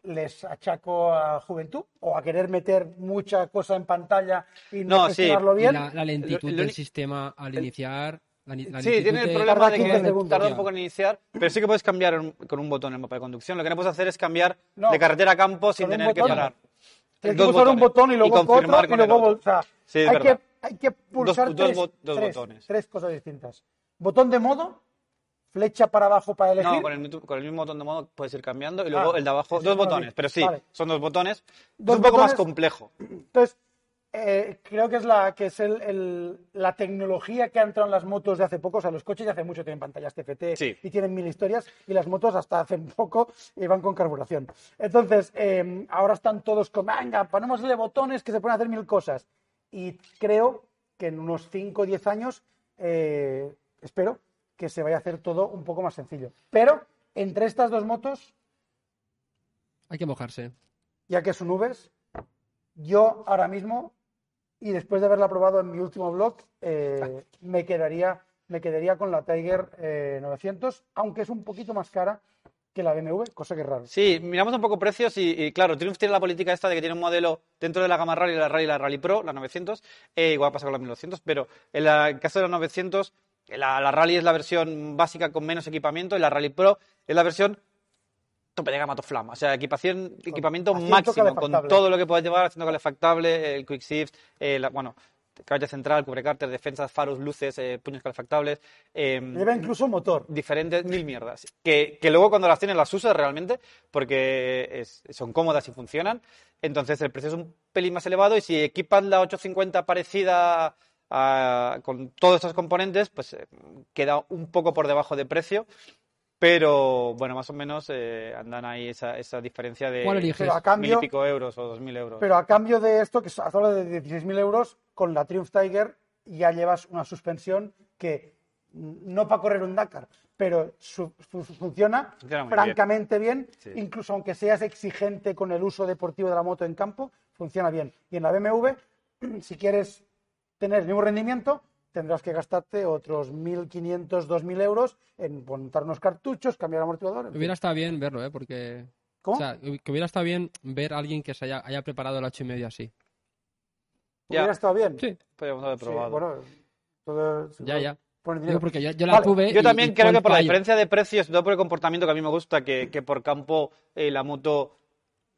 Speaker 2: les achaco a juventud o a querer meter mucha cosa en pantalla y no,
Speaker 1: No, sí.
Speaker 2: gestionarlo
Speaker 3: Y
Speaker 2: bien.
Speaker 3: la, la lentitud
Speaker 1: Lo- lo
Speaker 3: del
Speaker 1: uni-
Speaker 3: sistema al iniciar. la ni- la
Speaker 1: Sí,
Speaker 3: lentitud
Speaker 1: tiene el
Speaker 3: de-
Speaker 1: problema
Speaker 2: Tarda
Speaker 1: de
Speaker 2: 15
Speaker 1: que
Speaker 2: segundos,
Speaker 1: tarda un
Speaker 2: ya.
Speaker 1: poco en iniciar, pero sí que puedes cambiar un- con un botón el mapa de conducción. Lo que no puedes hacer es cambiar
Speaker 2: No,
Speaker 1: de carretera a campo sin
Speaker 2: con un
Speaker 1: tener que
Speaker 2: botón.
Speaker 1: parar.
Speaker 2: Tienes que
Speaker 1: Dos
Speaker 2: pulsar un
Speaker 1: botones.
Speaker 2: botón y luego
Speaker 1: confirmar
Speaker 2: otro y
Speaker 1: con el
Speaker 2: luego
Speaker 1: otro.
Speaker 2: vol- o sea,
Speaker 1: Sí, es
Speaker 2: hay,
Speaker 1: verdad.
Speaker 2: que, hay que pulsar
Speaker 1: dos
Speaker 2: tres,
Speaker 1: bot- dos
Speaker 2: tres-
Speaker 1: botones.
Speaker 2: tres cosas distintas. Botón de modo, flecha para abajo para elegir.
Speaker 1: No, con el, con el mismo botón de modo puedes ir cambiando y luego
Speaker 2: Ah,
Speaker 1: el de abajo, dos
Speaker 2: eso no lo vi.
Speaker 1: botones, pero sí,
Speaker 2: Vale.
Speaker 1: son dos botones.
Speaker 2: Dos
Speaker 1: es un poco
Speaker 2: botones.
Speaker 1: más complejo.
Speaker 2: Entonces, eh, creo que es la que es el- el- la tecnología que ha entrado en las motos de hace poco. O sea, los coches ya hace mucho tienen pantallas TFT
Speaker 1: Sí.
Speaker 2: y tienen mil historias. Y las motos hasta hace poco iban con carburación. Entonces, eh, ahora están todos con, venga, ponémosle botones que se pueden hacer mil cosas. Y creo que en unos 5 o 10 años, eh, espero que se vaya a hacer todo un poco más sencillo. Pero entre estas dos motos,
Speaker 3: Hay que mojarse.
Speaker 2: ya que son nubes, yo ahora mismo, y después de haberla probado en mi último blog, eh, me, quedaría, me quedaría con la Tiger eh, 900, aunque es un poquito más cara que la BMW, cosa que es raro.
Speaker 1: Sí, miramos un poco precios y, y, claro, Triumph tiene la política esta de que tiene un modelo dentro de la gama Rally, la Rally, la Rally Pro, la 900, eh, igual pasa con la 1200, pero en la- el caso de la 900, la, la Rally es la versión básica con menos equipamiento y la Rally Pro es la versión tope de gama top flama, o sea, equipación, equipamiento
Speaker 2: asiento
Speaker 1: máximo, con
Speaker 2: calefactable.
Speaker 1: todo lo que puedes llevar, haciendo calefactable, el quick shift, eh, la- bueno, cabeza central, cubrecárter, defensas, faros, luces, eh, puños calefactables. em,
Speaker 2: Lleva incluso motor.
Speaker 1: diferentes, mil mierdas. Que, que luego cuando las tienes las usas realmente, porque es- son cómodas y funcionan. Entonces el precio es un pelín más elevado y si equipan la 850 parecida a- con todos estos componentes, pues eh, queda un poco por debajo de precio. Pero bueno, más o menos eh, andan ahí esa, esa diferencia de
Speaker 3: ¿Cuál eliges?
Speaker 2: Pero a
Speaker 1: mil y
Speaker 2: cambio,
Speaker 1: pico euros o dos mil euros.
Speaker 2: pero a cambio de esto, que es solo de 16.000 euros, con la Triumph Tiger ya llevas una suspensión que mm, no para correr un Dakar, pero su- su- su- funciona,
Speaker 1: Funciona muy bien.
Speaker 2: francamente bien,
Speaker 1: Sí.
Speaker 2: incluso aunque seas exigente con el uso deportivo de la moto en campo, funciona bien. Y en la BMW, si quieres tener el mismo rendimiento, tendrás que gastarte otros 1.500, 2.000 euros en montar unos cartuchos, cambiar el amortiguador. en fin.
Speaker 3: Hubiera estado bien verlo, ¿eh? Porque.
Speaker 2: ¿Cómo?
Speaker 3: O sea, que hubiera estado bien ver a alguien que se haya, haya preparado el ocho y medio así.
Speaker 1: Ya.
Speaker 2: Hubiera estado bien.
Speaker 3: Sí,
Speaker 1: Podríamos haber
Speaker 2: Sí,
Speaker 1: probado.
Speaker 2: bueno, todo-
Speaker 3: ya, ya.
Speaker 2: Poner dinero.
Speaker 3: Digo, porque yo, yo la
Speaker 2: Vale,
Speaker 3: tuve.
Speaker 1: Yo
Speaker 3: y-
Speaker 1: también
Speaker 3: y
Speaker 1: creo que por la
Speaker 3: fallo.
Speaker 1: diferencia de precios, no por el comportamiento que a mí me gusta, que, que por campo eh, la moto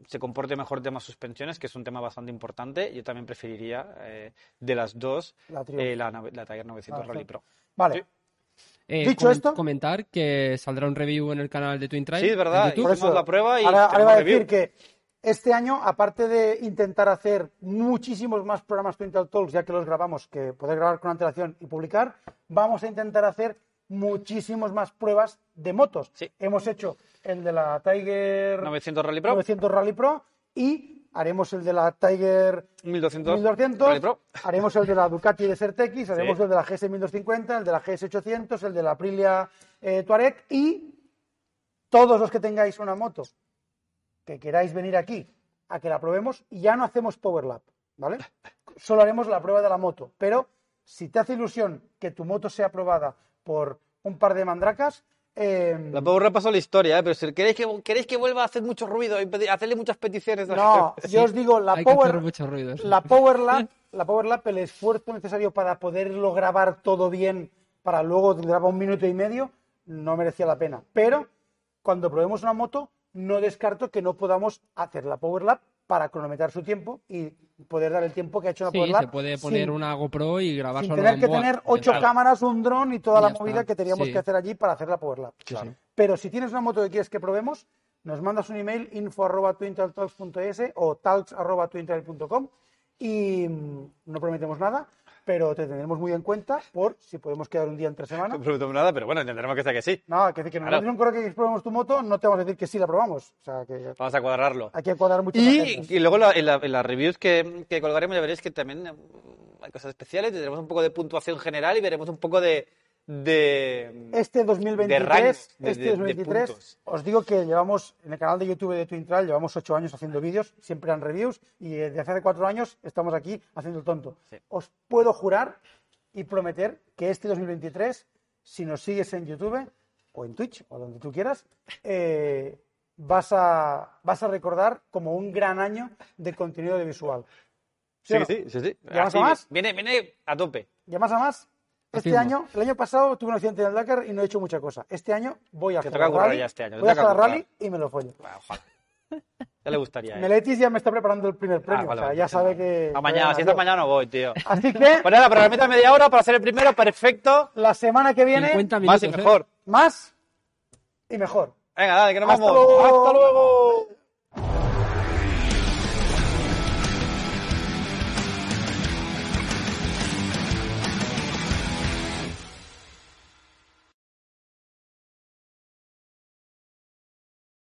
Speaker 1: se comporte mejor tema suspensiones, que es un tema bastante importante. Yo también preferiría eh, de las dos
Speaker 2: La Triumph.
Speaker 1: eh, la, nave- la Tiger 900
Speaker 2: Ah,
Speaker 1: Rally
Speaker 2: sí.
Speaker 1: Pro.
Speaker 2: Vale,
Speaker 1: Sí.
Speaker 3: Eh,
Speaker 2: Dicho
Speaker 3: comen-
Speaker 2: esto-
Speaker 3: Comentar que saldrá un review en el canal de Twin Trail.
Speaker 1: Sí, es verdad,
Speaker 3: en YouTube.
Speaker 2: por
Speaker 1: hicimos
Speaker 2: eso.
Speaker 1: la prueba y
Speaker 2: ahora, ahora
Speaker 1: tenemos
Speaker 2: iba a
Speaker 1: review.
Speaker 2: decir que este año, aparte de intentar hacer muchísimos más programas Twin Tail Talks, ya que los grabamos, que poder grabar con antelación y publicar, vamos a intentar hacer muchísimos más pruebas de motos.
Speaker 1: Sí.
Speaker 2: Hemos hecho el de la Tiger
Speaker 1: 900 Rally Pro,
Speaker 2: 900 Rally Pro y haremos el de la Tiger
Speaker 1: 1200,
Speaker 2: 1200,
Speaker 1: Rally Pro.
Speaker 2: haremos el de la Ducati de Certex, haremos
Speaker 1: Sí.
Speaker 2: el de la GS 1250, el de la GS 800, el de la Aprilia eh, Tuareg y todos los que tengáis una moto que queráis venir aquí a que la probemos, y ya no hacemos Power Lap, ¿vale? Solo haremos la prueba de la moto, pero si te hace ilusión que tu moto sea probada por un par de mandracas, eh,
Speaker 1: La puedo repasar la historia, eh, pero si queréis que, queréis que vuelva a hacer mucho ruido y pedi- hacerle muchas peticiones. a la
Speaker 2: no,
Speaker 1: gente.
Speaker 2: yo os digo, la
Speaker 3: Hay que
Speaker 2: Power
Speaker 3: hacer muchos ruidos.
Speaker 2: La Power Lap, la Power Lap, el esfuerzo necesario para poderlo grabar todo bien, para luego grabar un minuto y medio, no merecía la pena. Pero cuando probemos una moto, no descarto que no podamos hacer la Power Lap para cronometrar su tiempo y poder dar el tiempo que ha hecho una
Speaker 3: Sí,
Speaker 2: Power Lap.
Speaker 3: se puede poner
Speaker 2: sin-
Speaker 3: una GoPro y grabar
Speaker 2: sin
Speaker 3: solo
Speaker 2: tener
Speaker 3: en
Speaker 2: que
Speaker 3: boa.
Speaker 2: tener ocho
Speaker 3: Claro.
Speaker 2: cámaras, un dron y toda
Speaker 3: Y
Speaker 2: la
Speaker 3: ya está.
Speaker 2: movida que teníamos
Speaker 3: Sí.
Speaker 2: que hacer allí para hacer la Power Lab.
Speaker 3: Claro. sí.
Speaker 2: Pero si tienes una moto que quieres que probemos, nos mandas un email info arroba twintrailtalks.es o talks arroba twintrail punto com, Y mm, no prometemos nada, pero te tendremos muy en cuenta por si podemos quedar un día entre semana.
Speaker 1: No prometo nada, pero bueno, entenderemos que sea que sí.
Speaker 2: No, que decir que
Speaker 1: Claro.
Speaker 2: no un correo que probemos tu moto, no te vamos a decir que sí la probamos. O sea, que
Speaker 1: Vamos a cuadrarlo.
Speaker 2: hay que cuadrar mucho.
Speaker 1: Y, y luego la- en, la- en las reviews que, que colgaremos ya veréis que también eh, hay cosas especiales, tendremos un poco de puntuación general y veremos un poco de... de
Speaker 2: Este
Speaker 1: de ranks,
Speaker 2: 2023,
Speaker 1: de-
Speaker 2: este
Speaker 1: de- de
Speaker 2: 2023,
Speaker 1: puntos.
Speaker 2: os digo que llevamos en el canal de YouTube de Twin Trail, llevamos ocho años haciendo vídeos, siempre en reviews, y eh, desde hace cuatro años estamos aquí haciendo el tonto.
Speaker 1: Sí.
Speaker 2: Os puedo jurar y prometer que este 2023, si nos sigues en YouTube o en Twitch o donde tú quieras, eh, vas, a, vas a recordar como un gran año de contenido de visual.
Speaker 1: mm, sí, sí, sí, sí.
Speaker 2: ¿Llevamos
Speaker 1: Así,
Speaker 2: a más?
Speaker 1: Viene, viene a tope.
Speaker 2: Y más a más, este
Speaker 3: Afirmo.
Speaker 2: año, el año pasado tuve un accidente en el Dakar y no he hecho mucha cosa. Este año voy a
Speaker 1: Te
Speaker 2: hacer
Speaker 1: toca
Speaker 2: el
Speaker 1: currar
Speaker 2: rally,
Speaker 1: ya este año, te
Speaker 2: voy a
Speaker 1: toca
Speaker 2: hacer el
Speaker 1: currar.
Speaker 2: rally y me lo follo.
Speaker 1: Bueno, ojalá. Ya le gustaría. ¿eh?
Speaker 2: Meletis ya me está preparando el primer
Speaker 1: Ah,
Speaker 2: premio,
Speaker 1: vale,
Speaker 2: o sea,
Speaker 1: vale.
Speaker 2: ya sabe que...
Speaker 1: A mañana, si esta mañana no voy, tío.
Speaker 2: Así que
Speaker 1: Pues nada, programita media hora para ser el primero, perfecto.
Speaker 2: la semana que viene,
Speaker 3: 50
Speaker 1: Más y
Speaker 3: minutos, ¿eh?
Speaker 1: mejor.
Speaker 2: más y mejor.
Speaker 1: Venga, dale, que nos
Speaker 2: Hasta
Speaker 1: vamos.
Speaker 2: luego.
Speaker 1: Hasta luego.